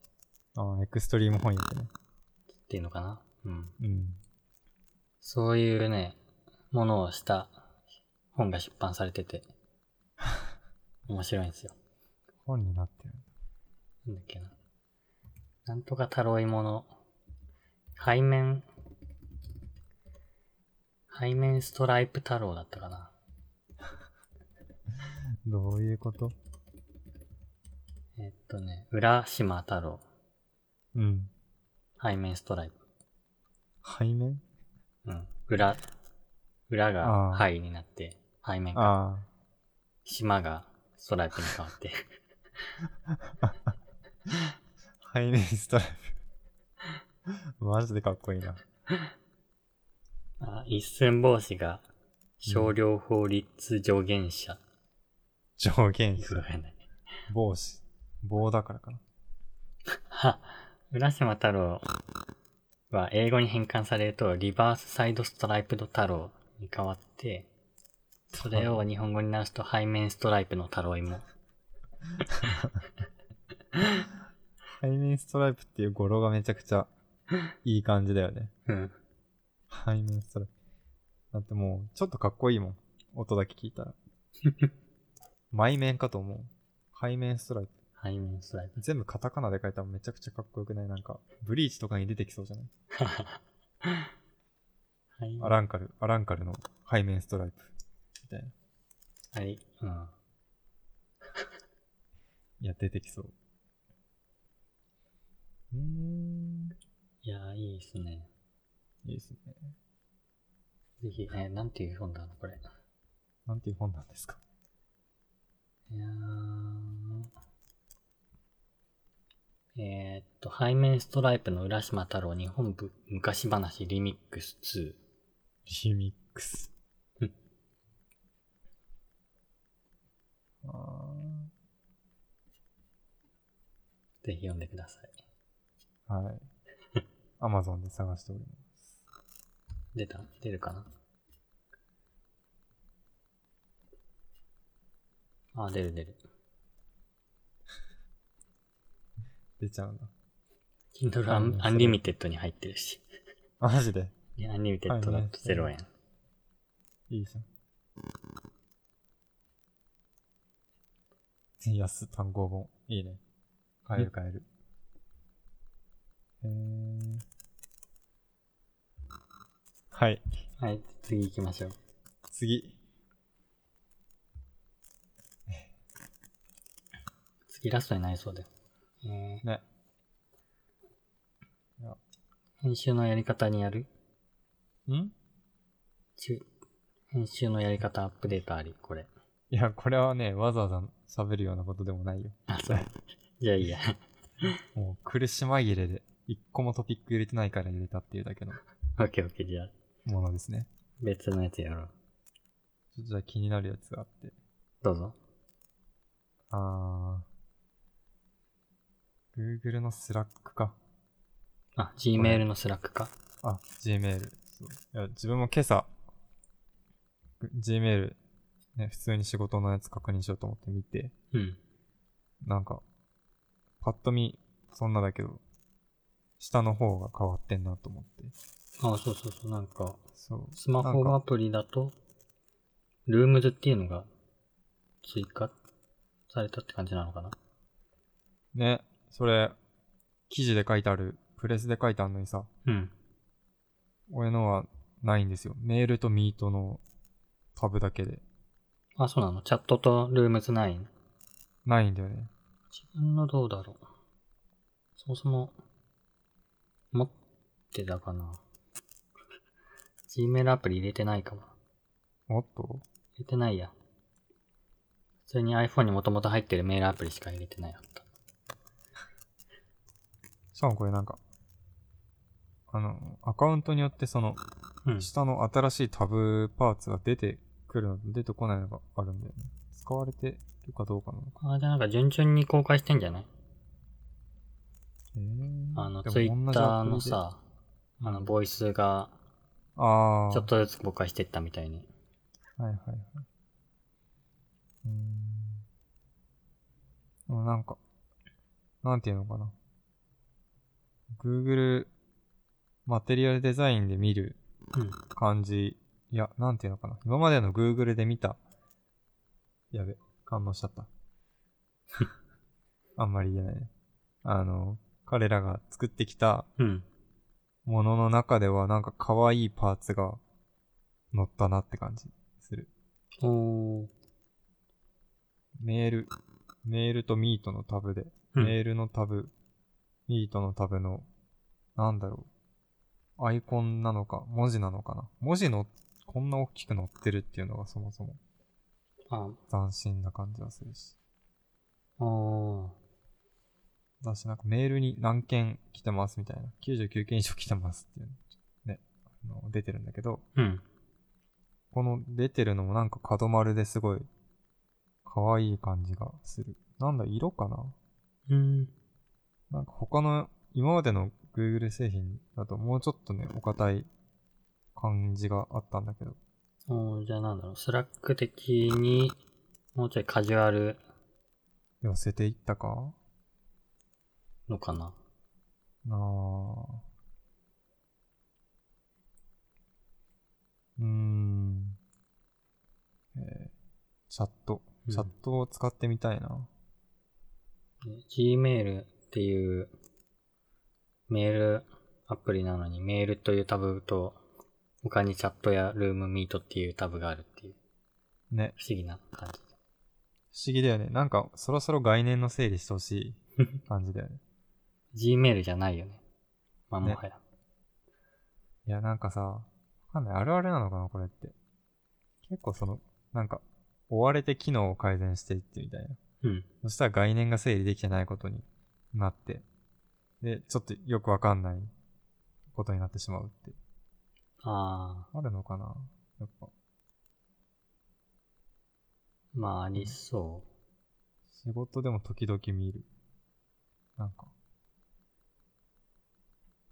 [SPEAKER 1] ああ、エクストリーム翻訳ね。
[SPEAKER 2] ていうのかな。うん。
[SPEAKER 1] うん。
[SPEAKER 2] そういうね、ものをした本が出版され てて、面白いんですよ。
[SPEAKER 1] 本になってる。
[SPEAKER 2] なんだっけな。なんとかたろいもの。背面、背面ストライプ太郎だったかな。
[SPEAKER 1] どういうこと
[SPEAKER 2] えっとね、浦島太郎、
[SPEAKER 1] うん。
[SPEAKER 2] 背面ストライプ。
[SPEAKER 1] 背面
[SPEAKER 2] うん。裏、裏
[SPEAKER 1] あ
[SPEAKER 2] が
[SPEAKER 1] ー
[SPEAKER 2] 範囲になって、背面が、
[SPEAKER 1] あ
[SPEAKER 2] 島がストライプに変わって、
[SPEAKER 1] あ、背面ストライプ。 マジでかっこいいな。
[SPEAKER 2] あ一寸法師が少量法律上限者。
[SPEAKER 1] 上限
[SPEAKER 2] よくわかんない。
[SPEAKER 1] 帽子。棒だからかな。
[SPEAKER 2] は、浦島太郎は英語に変換されると、リバースサイドストライプド太郎に変わって、それを日本語に直すと背面ストライプの太郎芋。
[SPEAKER 1] 背面ストライプっていう語呂がめちゃくちゃいい感じだよね。
[SPEAKER 2] うん。
[SPEAKER 1] 背面ストライプ。だってもう、ちょっとかっこいいもん。音だけ聞いたら。前面かと思う。背面ストライプ。
[SPEAKER 2] 背面ストライプ。
[SPEAKER 1] 全部カタカナで書いたらめちゃくちゃかっこよくないなんか、ブリーチとかに出てきそうじゃない
[SPEAKER 2] はい。
[SPEAKER 1] アランカル、アランカルの背面ストライプ。みたいな。
[SPEAKER 2] あれ、うん。
[SPEAKER 1] いや、出てきそう。うーん。
[SPEAKER 2] いやー、いいですね。
[SPEAKER 1] いいですね。
[SPEAKER 2] ぜひ、えーなんていう本だろう、これ。
[SPEAKER 1] なんていう本なんですか。
[SPEAKER 2] いやーえーっと、背面ストライプの浦島太郎日本部昔話リミックス2。
[SPEAKER 1] リミックス
[SPEAKER 2] うん。
[SPEAKER 1] あ
[SPEAKER 2] ぜひ読んでください。
[SPEAKER 1] ーはい。アマゾンで探しております。
[SPEAKER 2] 出た出るかなあ、出る出る。
[SPEAKER 1] 出ちゃうんだ。
[SPEAKER 2] Kindle
[SPEAKER 1] あうん
[SPEAKER 2] Un-
[SPEAKER 1] それ
[SPEAKER 2] Unlimited に入ってるし。
[SPEAKER 1] あマジで
[SPEAKER 2] いや Unlimited だと0円。
[SPEAKER 1] いいじゃん。安単行本。いいね。買える買える。へー。はい。
[SPEAKER 2] はい、次行きましょう。
[SPEAKER 1] 次。
[SPEAKER 2] 次ラストになりそうだよ。えー、
[SPEAKER 1] ね。いや
[SPEAKER 2] 編集のやり方にやる
[SPEAKER 1] ん
[SPEAKER 2] 中編集のやり方アップデートあり、これ。
[SPEAKER 1] いや、これはね、わざわざ喋るようなことでもないよ。
[SPEAKER 2] あ、そう。じゃあいいや。
[SPEAKER 1] もう苦し紛れで、一個もトピック入れてないから入れたっていうだけの
[SPEAKER 2] オッケーオッケー、じゃあ、
[SPEAKER 1] ものですね。
[SPEAKER 2] 別のやつやろう。
[SPEAKER 1] ちょっとじゃあ気になるやつがあって。
[SPEAKER 2] どうぞ。
[SPEAKER 1] あー。Google のスラックか。
[SPEAKER 2] あ、Gmail のスラックか。
[SPEAKER 1] あ、Gmail。そういや自分も今朝、ぐ Gmail、ね、普通に仕事のやつ確認しようと思って見て、
[SPEAKER 2] うん。
[SPEAKER 1] なんか、パッと見、そんなだけど、下の方が変わってんなと思って。
[SPEAKER 2] あ、そうそうそう、なんか、
[SPEAKER 1] そう。
[SPEAKER 2] スマホアプリだと、Rooms っていうのが追加されたって感じなのかな。
[SPEAKER 1] ね、それ、記事で書いてある、プレスで書いてあるのにさ、
[SPEAKER 2] うん。
[SPEAKER 1] 俺のはないんですよ。メールとミートのタブだけで。
[SPEAKER 2] あ、そうなの。チャットと Rooms ないの
[SPEAKER 1] ないんだよね。
[SPEAKER 2] 自分のどうだろう。そもそも、持ってたかな。Gmail アプリ入れてないかも。
[SPEAKER 1] おっと
[SPEAKER 2] 入れてないや。普通に iPhone にもともと入ってるメールアプリしか入れてないやった。
[SPEAKER 1] しかもこれなんか、あの、アカウントによってその、
[SPEAKER 2] うん。
[SPEAKER 1] 下の新しいタブパーツが出てくるのと出てこないのがあるんだよね。使われてるかどうかなのか。
[SPEAKER 2] あ、じゃあなんか順々に公開してんじゃない
[SPEAKER 1] へー
[SPEAKER 2] あの、
[SPEAKER 1] で
[SPEAKER 2] ツイ
[SPEAKER 1] も
[SPEAKER 2] ッ
[SPEAKER 1] 同
[SPEAKER 2] タ
[SPEAKER 1] じ
[SPEAKER 2] ー
[SPEAKER 1] アプリで
[SPEAKER 2] のさ、あの、ボイスが
[SPEAKER 1] ああ。
[SPEAKER 2] ちょっとずつ公開してったみたいに。
[SPEAKER 1] はいはいはい。うーん。でもなんか、なんていうのかな。Google マテリアルデザインで見る
[SPEAKER 2] うん。
[SPEAKER 1] 感じ、いや、なんていうのかな。今までの Google で見た、やべ、感応しちゃ った。あんまり言えないね。あの、彼らが作ってきた
[SPEAKER 2] うん。
[SPEAKER 1] ものの中ではなんか可愛いパーツが乗ったなって感じする。
[SPEAKER 2] おー。
[SPEAKER 1] メール、メールとミートのタブで、
[SPEAKER 2] うん
[SPEAKER 1] メールのタブ、ミートのタブの、なんだろう、アイコンなのか、文字なのかな。文字の、こんな大きく載ってるっていうのがそもそも
[SPEAKER 2] あ、
[SPEAKER 1] 斬新な感じはするし。
[SPEAKER 2] おー。
[SPEAKER 1] だし、なんかメールに何件来てますみたいな、99件以上来てますっていうの、ね、あの出てるんだけど、
[SPEAKER 2] うん。
[SPEAKER 1] この出てるのもなんか角丸ですごい、可愛い感じがする。なんだ、色かな
[SPEAKER 2] うん。
[SPEAKER 1] なんか他の、今までの Google 製品だともうちょっとね、お堅い感じがあったんだけど。
[SPEAKER 2] おー、じゃあなんだろう、スラック的に、もうちょいカジュアル
[SPEAKER 1] 寄せていったか
[SPEAKER 2] のかな。
[SPEAKER 1] なあ。うーん。えーチャット。
[SPEAKER 2] うん
[SPEAKER 1] チャットを使ってみたいな。
[SPEAKER 2] で Gmail っていうメールアプリなのにメールというタブと他にチャットやルームミートっていうタブがあるっていう
[SPEAKER 1] ね。
[SPEAKER 2] 不思議な感じ。
[SPEAKER 1] 不思議だよね。なんか、そろそろ概念の整理してほし い感じだよね。
[SPEAKER 2] Gmail じゃないよね。まあもはや。
[SPEAKER 1] いや、なんかさ、わかんない。あるあるなのかな、これって。結構その、なんか、追われて機能を改善していってみたいな。
[SPEAKER 2] うん。
[SPEAKER 1] そしたら概念が整理できてないことになって、で、ちょっとよくわかんないことになってしまうって。
[SPEAKER 2] ああ、
[SPEAKER 1] あるのかなやっぱ、
[SPEAKER 2] まあありそ
[SPEAKER 1] 仕事でも時々見る。なんか、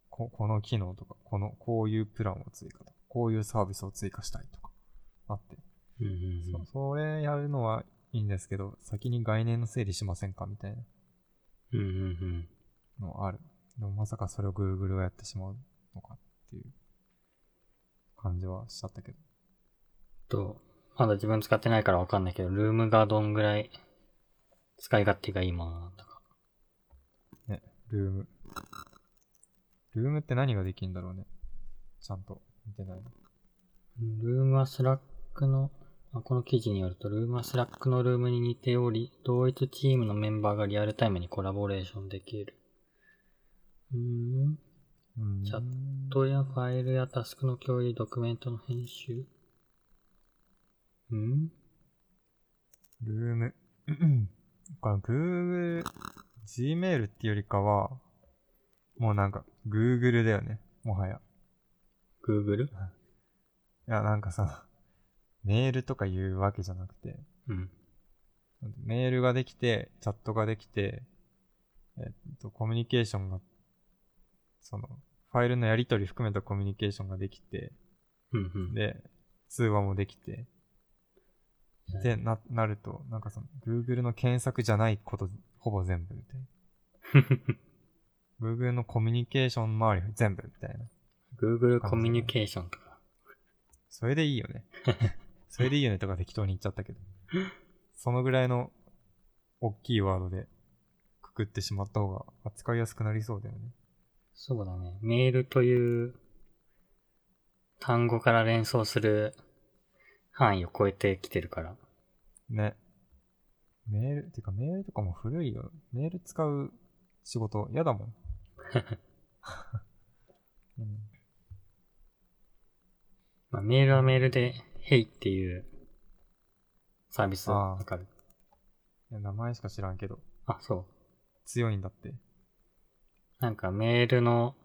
[SPEAKER 1] ここの機能とか、この、こういうプランを追加とか、こういうサービスを追加したいとか、あって。
[SPEAKER 2] う。うんうんう
[SPEAKER 1] そ
[SPEAKER 2] ん
[SPEAKER 1] それやるのはいいんですけど、先に概念の整理しませんかみたいな。
[SPEAKER 2] うんうん
[SPEAKER 1] のある。でもまさかそれを Google がやってしまうのかっていう感じはしちゃったけど。
[SPEAKER 2] と、まだ自分使ってないからわかんないけど、ルームがどんぐらい使い勝手がいいものなんだか。
[SPEAKER 1] ルーム。ルームって何ができるんだろうね。ちゃんと見てないの。
[SPEAKER 2] ルームはスラックの、あこの記事によると、ルームはスラックのルームに似ており、同一チームのメンバーがリアルタイムにコラボレーションできる。うーん。
[SPEAKER 1] うん。
[SPEAKER 2] チャッとやファイルやタスクの共有、ドキュメントの編集。うん
[SPEAKER 1] ルーム。 これ Google、Gmail ってよりかは、もうなんか Google だよね。もはや。
[SPEAKER 2] ?Google?
[SPEAKER 1] いや、なんかさ、メールとか言うわけじゃなくて、
[SPEAKER 2] うん。
[SPEAKER 1] メールができて、チャットができて、えっと、コミュニケーションが、その、ファイルのやり取り含めたコミュニケーションができて、
[SPEAKER 2] うんうん。
[SPEAKER 1] で、通話もできて、で、な、なると、なんかその、Google の検索じゃないこと、ほぼ全部みたいな。Google のコミュニケーション周り全部みたいな。
[SPEAKER 2] Google コミュニケーションとか。
[SPEAKER 1] それでいいよね。それでいいよねとか適当に言っちゃったけど。そのぐらいの、大きいワードで、くくってしまった方が扱いやすくなりそうだよね。
[SPEAKER 2] そうだね。メールという単語から連想する範囲を超えてきてるから。
[SPEAKER 1] ね。メール、てかメールとかも古いよ。メール使う仕事、嫌だもん。うん、
[SPEAKER 2] まあ、メールはメールで、ヘイっていうサービスわかる。
[SPEAKER 1] いや名前しか知らんけど、
[SPEAKER 2] あそう。
[SPEAKER 1] 強いんだって。
[SPEAKER 2] なんかメールの、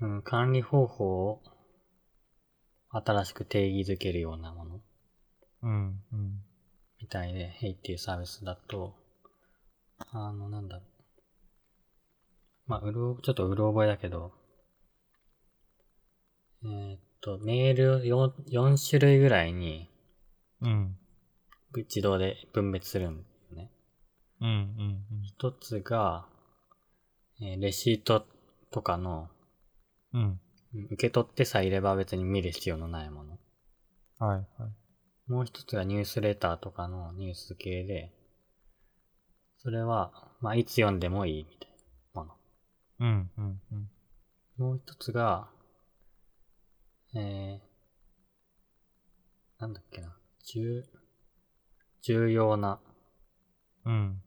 [SPEAKER 2] うん、管理方法を新しく定義づけるようなもの
[SPEAKER 1] うん、うん。
[SPEAKER 2] みたいで、ヘイっていうサービスだと、あの、なんだろう。まあ、うろう、ちょっとうろ覚えだけど、えーっと、メール 4, 4種類ぐらいに
[SPEAKER 1] うん、
[SPEAKER 2] 自動で分別するんだよね。
[SPEAKER 1] うん、うん、
[SPEAKER 2] 一つが、えーレシートとかの、
[SPEAKER 1] うん。うん。
[SPEAKER 2] うん受け取ってさえいれば別に見る必要のないもの。
[SPEAKER 1] はい、はい。
[SPEAKER 2] もう一つがニュースレターとかのニュース系で、それは、まあ、いつ読んでもいいみたいなもの。
[SPEAKER 1] うん、うん、うん。
[SPEAKER 2] もう一つが、えー、なんだっけな、重、重要な
[SPEAKER 1] うん。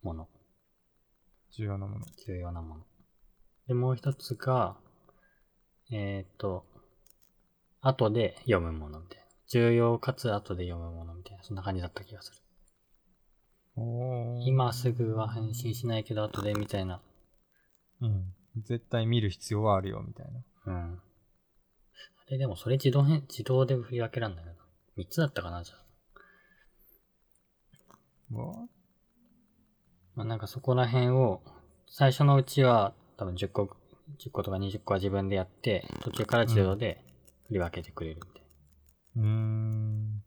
[SPEAKER 2] もの。
[SPEAKER 1] 重要なもの。
[SPEAKER 2] 重要なもの。で、もう一つが、えっ、と、後で読むものみたいな。重要かつ後で読むものみたいな、そんな感じだった気がする。
[SPEAKER 1] おー
[SPEAKER 2] 今すぐは返信しないけど後でみたいな。
[SPEAKER 1] うん。絶対見る必要はあるよ、みたいな。
[SPEAKER 2] うん。あれでもそれ自動変、自動で振り分けらんないよな。三つだったかな、じゃあ。
[SPEAKER 1] うわ
[SPEAKER 2] まあ、なんかそこら辺を、最初のうちは多分10個、10個とか20個は自分でやって、途中から自動で振り分けてくれるみたいな。
[SPEAKER 1] うーん。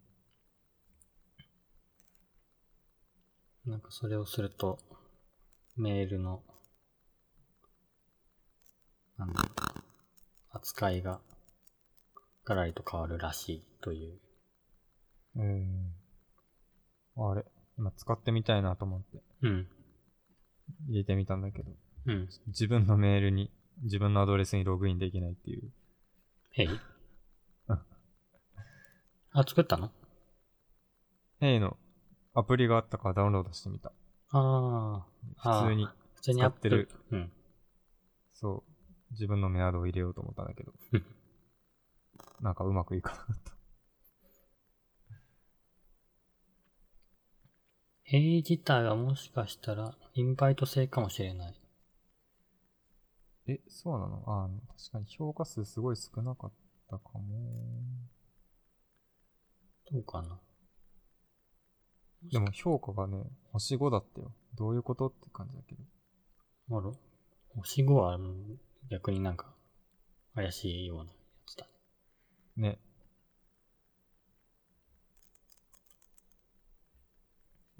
[SPEAKER 2] なんかそれをすると、メールの、なんだろう扱いが、ガラリと変わるらしいという。
[SPEAKER 1] えー、あれ今使ってみたいなと思って
[SPEAKER 2] うん。
[SPEAKER 1] 入れてみたんだけど、
[SPEAKER 2] うん。
[SPEAKER 1] 自分のメールに、自分のアドレスにログインできないっていう。
[SPEAKER 2] へい。あ、作ったの
[SPEAKER 1] ヘイのアプリがあったからダウンロードしてみた。
[SPEAKER 2] ああ。
[SPEAKER 1] 普通に
[SPEAKER 2] あ。ー。普通にアッ
[SPEAKER 1] 使っ
[SPEAKER 2] プ
[SPEAKER 1] て
[SPEAKER 2] ル。うん。
[SPEAKER 1] そう。自分のメアドを入れようと思ったんだけど。なんかうまくいかなかった。
[SPEAKER 2] へい自体はもしかしたら、インバイト制かもしれない。
[SPEAKER 1] え、そうなのああ、確かに評価数すごい少なかったかも。
[SPEAKER 2] どうかな。
[SPEAKER 1] でも評価がね、星5だったよ。どういうことって感じだけど。
[SPEAKER 2] あら星5はうん逆になんか怪しいようなやつだね。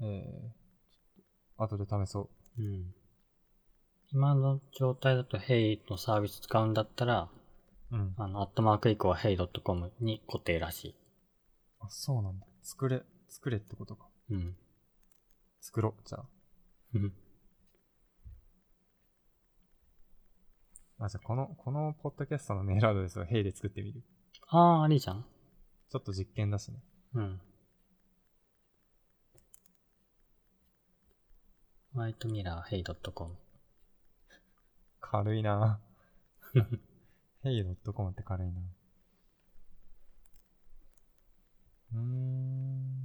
[SPEAKER 1] ね。えー、ちょっと、後で試そう。
[SPEAKER 2] うん。今の状態だと Hey のサービス使うんだったら、
[SPEAKER 1] うん。
[SPEAKER 2] あの、アットマーク以降は Hey.com に固定らし
[SPEAKER 1] あ、そうなんだ。作れ、作れってことか。
[SPEAKER 2] い。うん。
[SPEAKER 1] 作ろう、じゃ
[SPEAKER 2] うん
[SPEAKER 1] あ。あ、じゃあこの、このポッドキャストのメールアドレスをヘイで作ってみる。
[SPEAKER 2] ああ、ありじゃん。
[SPEAKER 1] ちょっと実験だしね。
[SPEAKER 2] うん。ホワイトミラー Hey.com。
[SPEAKER 1] 軽いなヘイドットコムって軽いなうーん。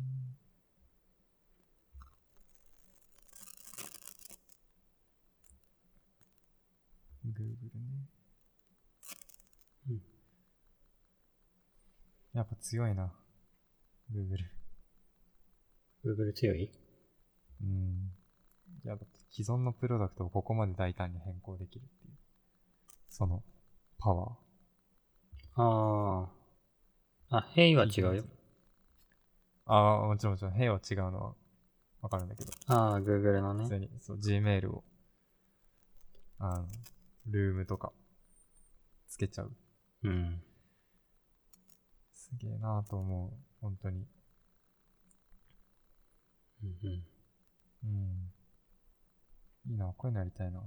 [SPEAKER 1] Google ね。
[SPEAKER 2] うん
[SPEAKER 1] やっぱ強いな。Google。
[SPEAKER 2] Google 強い
[SPEAKER 1] うん。やっぱ既存のプロダクトをここまで大胆に変更できるっていう。その、パワー。
[SPEAKER 2] ああ。あ、Hey は違うよ。
[SPEAKER 1] ああ、もちろんもちろん、兵は違うのはわかるんだけど、
[SPEAKER 2] ああ、Google の
[SPEAKER 1] 普
[SPEAKER 2] ね。
[SPEAKER 1] 通に、そう、Gmail を、あの、ルームとか、つけちゃう。
[SPEAKER 2] うん。
[SPEAKER 1] すげえなぁと思う、本当に。
[SPEAKER 2] うん
[SPEAKER 1] う
[SPEAKER 2] うん
[SPEAKER 1] ん。いいなぁ、こういうのやりたいな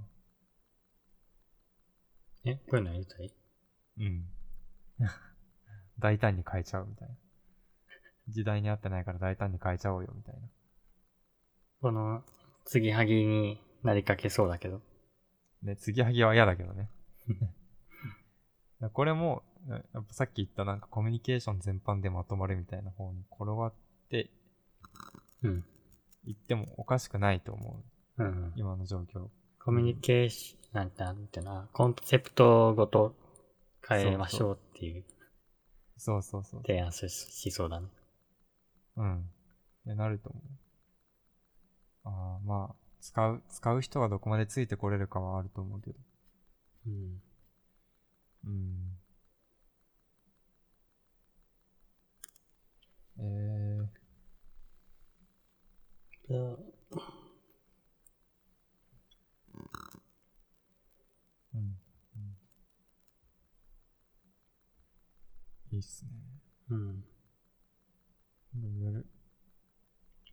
[SPEAKER 2] え、こういうのやりたい
[SPEAKER 1] うん。 大胆に変えちゃうみたいな。時代に合ってないから大胆に変えちゃおうよみたいな。
[SPEAKER 2] この、継ぎはぎになりかけそうだけど。
[SPEAKER 1] ね、継ぎはぎは嫌だけどね。 これも、ややっぱさっき言ったなんかコミュニケーション全般でまとまるみたいな方に転がって
[SPEAKER 2] うん。
[SPEAKER 1] いってもおかしくないと思う。
[SPEAKER 2] うん。
[SPEAKER 1] 今の状況。
[SPEAKER 2] コミュニケーション、なんてなんてな、コンセプトごと変えましょうっていう
[SPEAKER 1] そうそうそう。
[SPEAKER 2] 提案ししそうだね。
[SPEAKER 1] うん。いやなると思う。ああ、まあ、使う、使う人がどこまでついてこれるかはあると思うけど。
[SPEAKER 2] うん。
[SPEAKER 1] うん。えー、
[SPEAKER 2] じゃあ
[SPEAKER 1] うん。うん、いいっすね。
[SPEAKER 2] うん。
[SPEAKER 1] やる。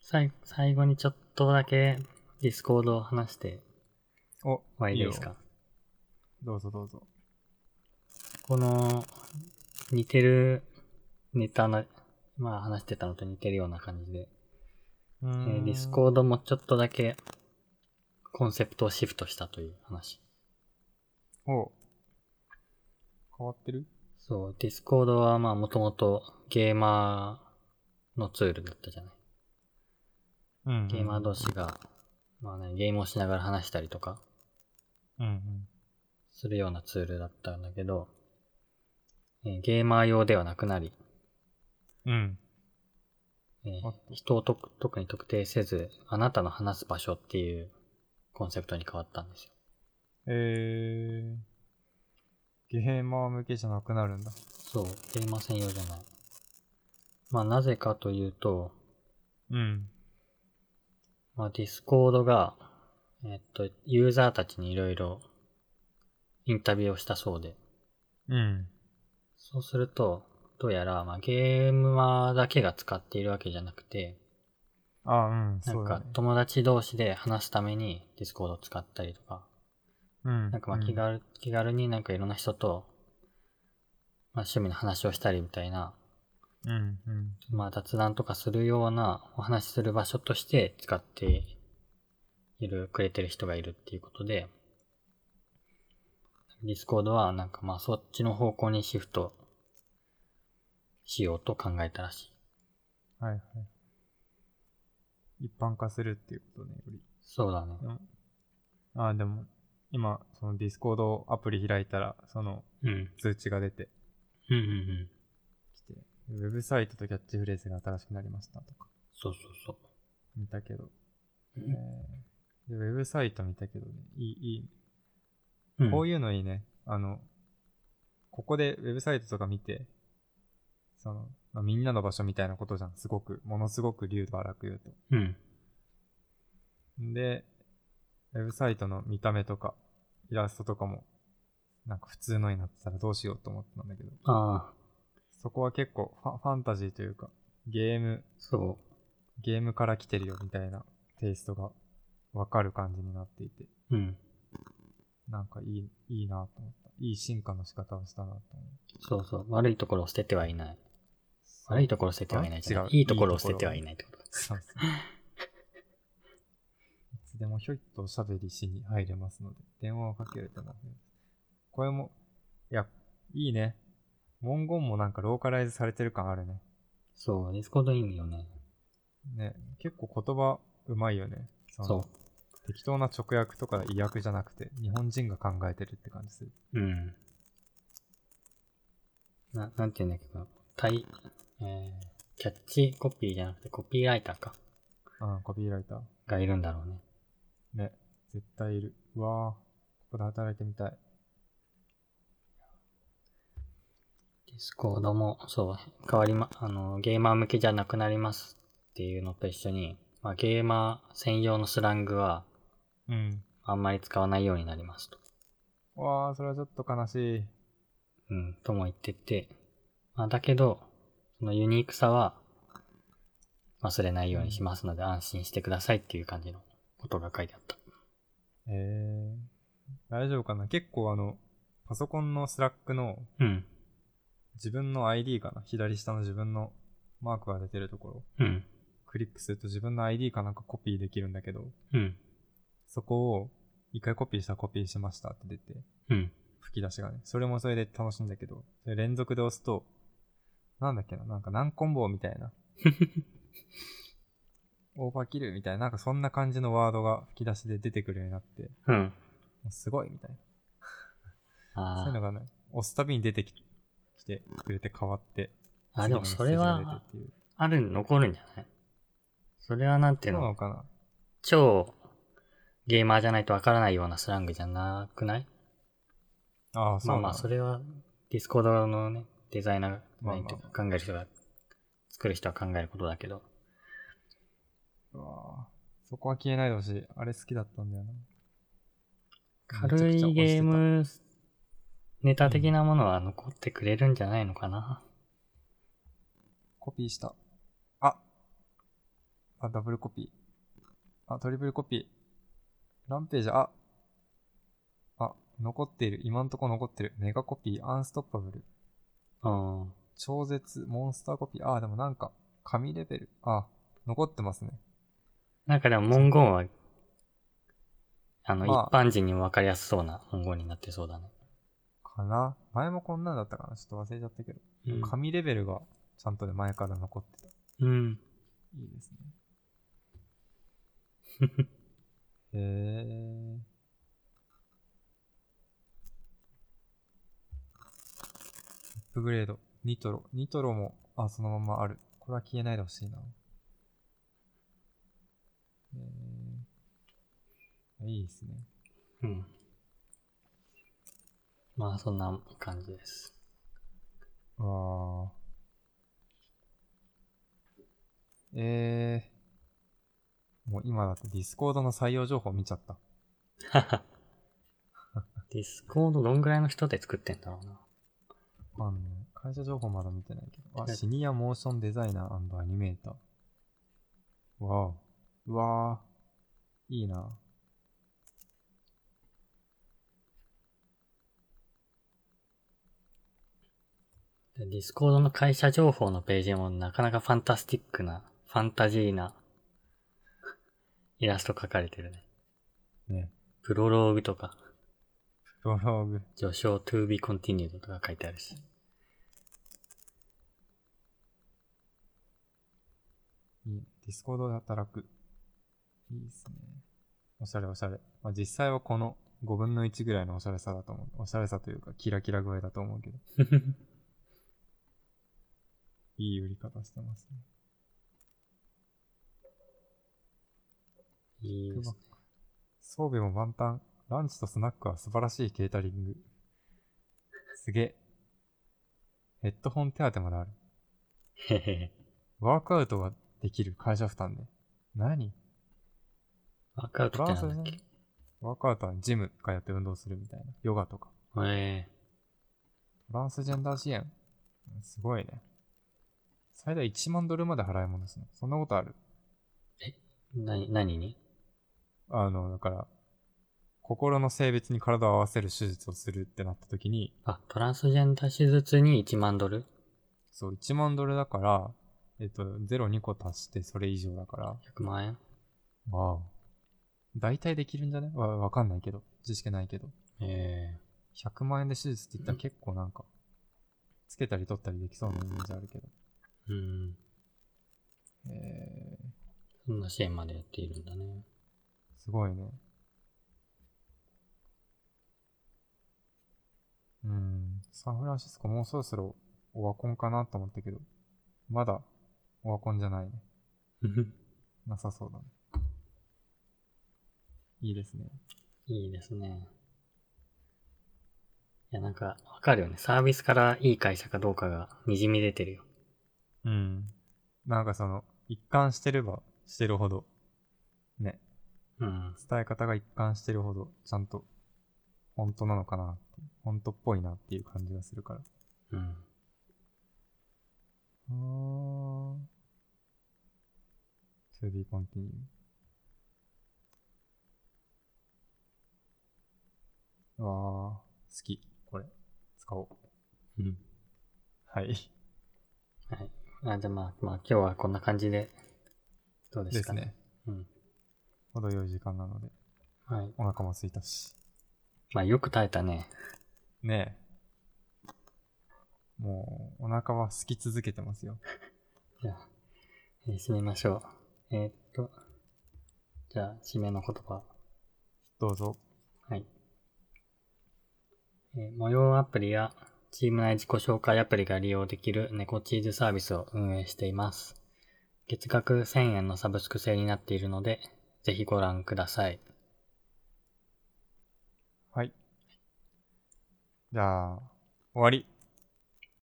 [SPEAKER 2] 最最後にちょっとだけディスコードを話して
[SPEAKER 1] お、
[SPEAKER 2] はいいですか
[SPEAKER 1] よどうぞどうぞ。
[SPEAKER 2] この似てるネタの、まあ話してたのと似てるような感じで、
[SPEAKER 1] う
[SPEAKER 2] え
[SPEAKER 1] ー
[SPEAKER 2] ー
[SPEAKER 1] ん
[SPEAKER 2] ディスコードもちょっとだけコンセプトをシフトしたという話。
[SPEAKER 1] お変わってる
[SPEAKER 2] そう、ディスコードはまあもともとゲーマーのツールだったじゃない。
[SPEAKER 1] うん
[SPEAKER 2] ゲーマー同士が、まあね、ゲームをしながら話したりとか
[SPEAKER 1] うんうん。
[SPEAKER 2] するようなツールだったんだけど、えーゲーマー用ではなくなり、
[SPEAKER 1] うん。
[SPEAKER 2] えー
[SPEAKER 1] あ
[SPEAKER 2] 人をとく特に特定せず、あなたの話す場所っていうコンセプトに変わったんですよ。
[SPEAKER 1] えー、ゲーマー向けじゃなくなるんだ。
[SPEAKER 2] そう、ゲーマー専用じゃない。まあなぜかというと、
[SPEAKER 1] うん。
[SPEAKER 2] まあディスコードが、えっと、ユーザーたちにいろいろインタビューをしたそうで、
[SPEAKER 1] うん。
[SPEAKER 2] そうすると、どうやら、まあ、ゲーマーだけが使っているわけじゃなくて、
[SPEAKER 1] あ、うん、
[SPEAKER 2] な
[SPEAKER 1] そ
[SPEAKER 2] ん
[SPEAKER 1] うだ
[SPEAKER 2] か
[SPEAKER 1] ね。
[SPEAKER 2] 友達同士で話すためにディスコードを使ったりとか、
[SPEAKER 1] うん。
[SPEAKER 2] なんかまあ気軽、気軽になんかいろんな人と、まあ趣味の話をしたりみたいな、
[SPEAKER 1] うん、うん。
[SPEAKER 2] まあ雑談とかするようなお話しする場所として使っている、くれてる人がいるっていうことで、ディスコードはなんかまあそっちの方向にシフトしようと考えたらしい。
[SPEAKER 1] はいはい。一般化するっていうことね、より。
[SPEAKER 2] そうだね。
[SPEAKER 1] あ、でも、今、そのディスコードアプリ開いたら、その
[SPEAKER 2] うん。
[SPEAKER 1] 通知が出て
[SPEAKER 2] うんうんうん。
[SPEAKER 1] きて、ウェブサイトとキャッチフレーズが新しくなりましたとか、
[SPEAKER 2] そうそうそう。
[SPEAKER 1] 見たけど、
[SPEAKER 2] う
[SPEAKER 1] え
[SPEAKER 2] ん
[SPEAKER 1] ー、でウェブサイト見たけどね、いい、いい、
[SPEAKER 2] うん、
[SPEAKER 1] こういうのいいね。あの、ここでウェブサイトとか見て、その、まあみんなの場所みたいなことじゃん。すごく、ものすごく流と荒く言うと。
[SPEAKER 2] うん。
[SPEAKER 1] んで、ウェブサイトの見た目とか、イラストとかも、なんか普通のになってたらどうしようと思ったんだけど、
[SPEAKER 2] ああ、
[SPEAKER 1] そこは結構ファファンタジーというか、ゲーム、
[SPEAKER 2] そ
[SPEAKER 1] ゲームから来てるよみたいなテイストがわかる感じになっていて、
[SPEAKER 2] う。うん。
[SPEAKER 1] なんかいい、いいなと思った。いい進化の仕方をしたなと思う。
[SPEAKER 2] そうそう。悪いところを捨ててはいない。悪いところを捨ててはいないじゃない。いいところを捨ててはいないってことだ。
[SPEAKER 1] そうそう。いつでもひょいっとおしゃべりしに入れますので、電話をかけるとも。これも、いや、いいね。文言もなんかローカライズされてる感あるね。
[SPEAKER 2] そう、ディスコードいいよね。
[SPEAKER 1] ね、結構言葉うまいよね。その
[SPEAKER 2] そ
[SPEAKER 1] 適当な直訳とか意訳じゃなくて、日本人が考えてるって感じする。
[SPEAKER 2] う。うん。な、なんて言うんだっけど、タイ、えー、キャッチコピーじゃなくてコピーライターか。
[SPEAKER 1] うん、コピーライター。
[SPEAKER 2] がいるんだろうね。
[SPEAKER 1] ね、絶対いる。うわぁ、ここで働いてみたい。
[SPEAKER 2] ディスコードも、そう、変わりま、あの、ゲーマー向けじゃなくなりますっていうのと一緒に、まあ、ゲーマー専用のスラングは
[SPEAKER 1] うん。
[SPEAKER 2] あんまり使わないようになりますと。
[SPEAKER 1] うわぁ、それはちょっと悲しい。
[SPEAKER 2] うん、とも言ってて、まあ、だけど、そのユニークさは忘れないようにしますので安心してくださいっていう感じのことが書いてあった。
[SPEAKER 1] えー、大丈夫かな結構あの、パソコンのスラックの
[SPEAKER 2] うん、
[SPEAKER 1] 自分の ID かな左下の自分のマークが出てるところ、
[SPEAKER 2] うん、
[SPEAKER 1] クリックすると自分の ID かなんかコピーできるんだけど、
[SPEAKER 2] うん、
[SPEAKER 1] そこを一回コピーしたらコピーしましたって出て、
[SPEAKER 2] うん、
[SPEAKER 1] 吹き出しがね。それもそれで楽しいんだけど、それ連続で押す と、なんだっけな、なんか何コンボみたいな。オーバーキルみたいな、なんかそんな感じのワードが吹き出しで出てくるようになって、
[SPEAKER 2] うん。
[SPEAKER 1] もうすごいみたいな。そういうのが
[SPEAKER 2] あ
[SPEAKER 1] ね、押すたびに出てき来てくれて変わって、
[SPEAKER 2] あ。あ、でもそれ
[SPEAKER 1] 次のメッセージが出
[SPEAKER 2] は、
[SPEAKER 1] てっていう
[SPEAKER 2] ある、残るんじゃないそれはなんていう
[SPEAKER 1] そうな
[SPEAKER 2] の
[SPEAKER 1] のかな
[SPEAKER 2] 超ゲーマーじゃないとわからないようなスラングじゃなくない
[SPEAKER 1] ああ、そうな
[SPEAKER 2] まあ
[SPEAKER 1] の
[SPEAKER 2] まあ、それはディスコードのね、デザイナー、
[SPEAKER 1] まあまあ
[SPEAKER 2] デザインというか考える人が、作る人は考えることだけど。
[SPEAKER 1] うわーそこは消えないでほしい。あれ好きだったんだよな。
[SPEAKER 2] 軽いゲーム、ネタ的なものは残ってくれるんじゃないのかな。
[SPEAKER 1] コピーした。ああ、ダブルコピー。あ、トリプルコピー。ランページ、ああ、残っている。今んとこ残ってる。メガコピー、アンストッパブル。
[SPEAKER 2] うん。
[SPEAKER 1] 超絶、モンスターコピー。あ、でもなんか、紙レベル。あ、残ってますね。
[SPEAKER 2] なんかでも文言は、あの、
[SPEAKER 1] ま
[SPEAKER 2] 一般人にもわかりやすそうな文言になってそうだね。
[SPEAKER 1] かな前もこんなんだったかなちょっと忘れちゃったけど。
[SPEAKER 2] うん。
[SPEAKER 1] 紙レベルが、ちゃんとね、前から残ってた。
[SPEAKER 2] うん。
[SPEAKER 1] いいですね。 へえ。アップグレード。ニトロ。ニトロも、あ、そのままある。これは消えないでほしいな。へえ。いいですね。
[SPEAKER 2] うん。まあ、そんな感じ です。
[SPEAKER 1] ああ。ええもう今だってディスコードの採用情報見ちゃった。
[SPEAKER 2] ディスコードどんぐらいの人で作ってんだろうな。
[SPEAKER 1] あの、会社情報まだ見てないけど。あ、
[SPEAKER 2] ね
[SPEAKER 1] シニアモーションデザイナーアニメーター。わあ。うわあ。いいな。
[SPEAKER 2] でディスコードの会社情報のページもなかなかファンタスティックな、ファンタジーなイラスト描かれてるね。
[SPEAKER 1] ね。
[SPEAKER 2] プロローグとか、
[SPEAKER 1] プロローグ。
[SPEAKER 2] 序章 to be continued とか書いてあるし。
[SPEAKER 1] いいね。ディスコードで働く。いいですね。おしゃれおしゃれ。まあ、実際はこの5分の1ぐらいのおしゃれさだと思う。おしゃれさというか、キラキラ具合だと思うけど。いい売り方してますね。
[SPEAKER 2] いいですね。
[SPEAKER 1] 装備も万端。ランチとスナックは素晴らしいケータリング。すげえ。ヘッドホン手当まである。
[SPEAKER 2] へへへ。
[SPEAKER 1] ワークアウトができる会社負担で。何
[SPEAKER 2] ワークアウ
[SPEAKER 1] フ
[SPEAKER 2] トっ
[SPEAKER 1] ラ
[SPEAKER 2] て
[SPEAKER 1] ン
[SPEAKER 2] な
[SPEAKER 1] ス
[SPEAKER 2] ん
[SPEAKER 1] で
[SPEAKER 2] だっ
[SPEAKER 1] ねワークアウトはジムとかやって運動するみたいな。ヨガとか。
[SPEAKER 2] けえ
[SPEAKER 1] トランスジェンダー支援。うんすごいね。最大1万ドルまで払い戻すの。そんなことある
[SPEAKER 2] えな、何に
[SPEAKER 1] あの、だから、心の性別に体を合わせる手術をするってなった時に、
[SPEAKER 2] あ、トランスジェンダー手術に1万ドル
[SPEAKER 1] そう、1万ドルだから、えっと、02個足してそれ以上だから、
[SPEAKER 2] ?100 万円
[SPEAKER 1] わあ。大体できるんじゃねわ、わかんないけど。知識ないけど。
[SPEAKER 2] え
[SPEAKER 1] 100万円で手術って言ったら結構なんか、つけたり取ったりできそうなイメージあるけど。
[SPEAKER 2] えうん。
[SPEAKER 1] えー、
[SPEAKER 2] そんな支援までやっているんだ ね。
[SPEAKER 1] すごいね。うん、サンフランシスコもうそろそろオワコンかなと思ったけど、まだオワコンじゃないね。なさそうだね。いいですね。
[SPEAKER 2] いいですね。いや、なんか、わかるよね。サービスからいい会社かどうかが滲み出てるよ。
[SPEAKER 1] うん。なんかその、一貫してればしてるほど、ね、
[SPEAKER 2] うん。
[SPEAKER 1] 伝え方が一貫してるほど、ちゃんと、本当なのかなっていう、本当っぽいなっていう感じがするから。
[SPEAKER 2] うん。
[SPEAKER 1] あー。to be continue. うわー、好き。これ、使おう。
[SPEAKER 2] うん。
[SPEAKER 1] はい。
[SPEAKER 2] あ、じゃあまあ、まあ今日はこんな感じで、どうで
[SPEAKER 1] ですす
[SPEAKER 2] かね。
[SPEAKER 1] ね。
[SPEAKER 2] うん。
[SPEAKER 1] 程よい時間なので、
[SPEAKER 2] はい。
[SPEAKER 1] お腹も空いたし。
[SPEAKER 2] まあ、よく耐えたね。
[SPEAKER 1] ねえ。もう、お腹は空き続けてますよ。
[SPEAKER 2] じゃあ、えー締めましょう。えーっと、じゃあ、締めの言葉。
[SPEAKER 1] どうぞ。
[SPEAKER 2] はい。えー模様アプリやチーム内自己紹介アプリが利用できる猫チーズサービスを運営しています。月額1000円のサブスク制になっているので、ぜひご覧ください。
[SPEAKER 1] はい。じゃあ、終わり。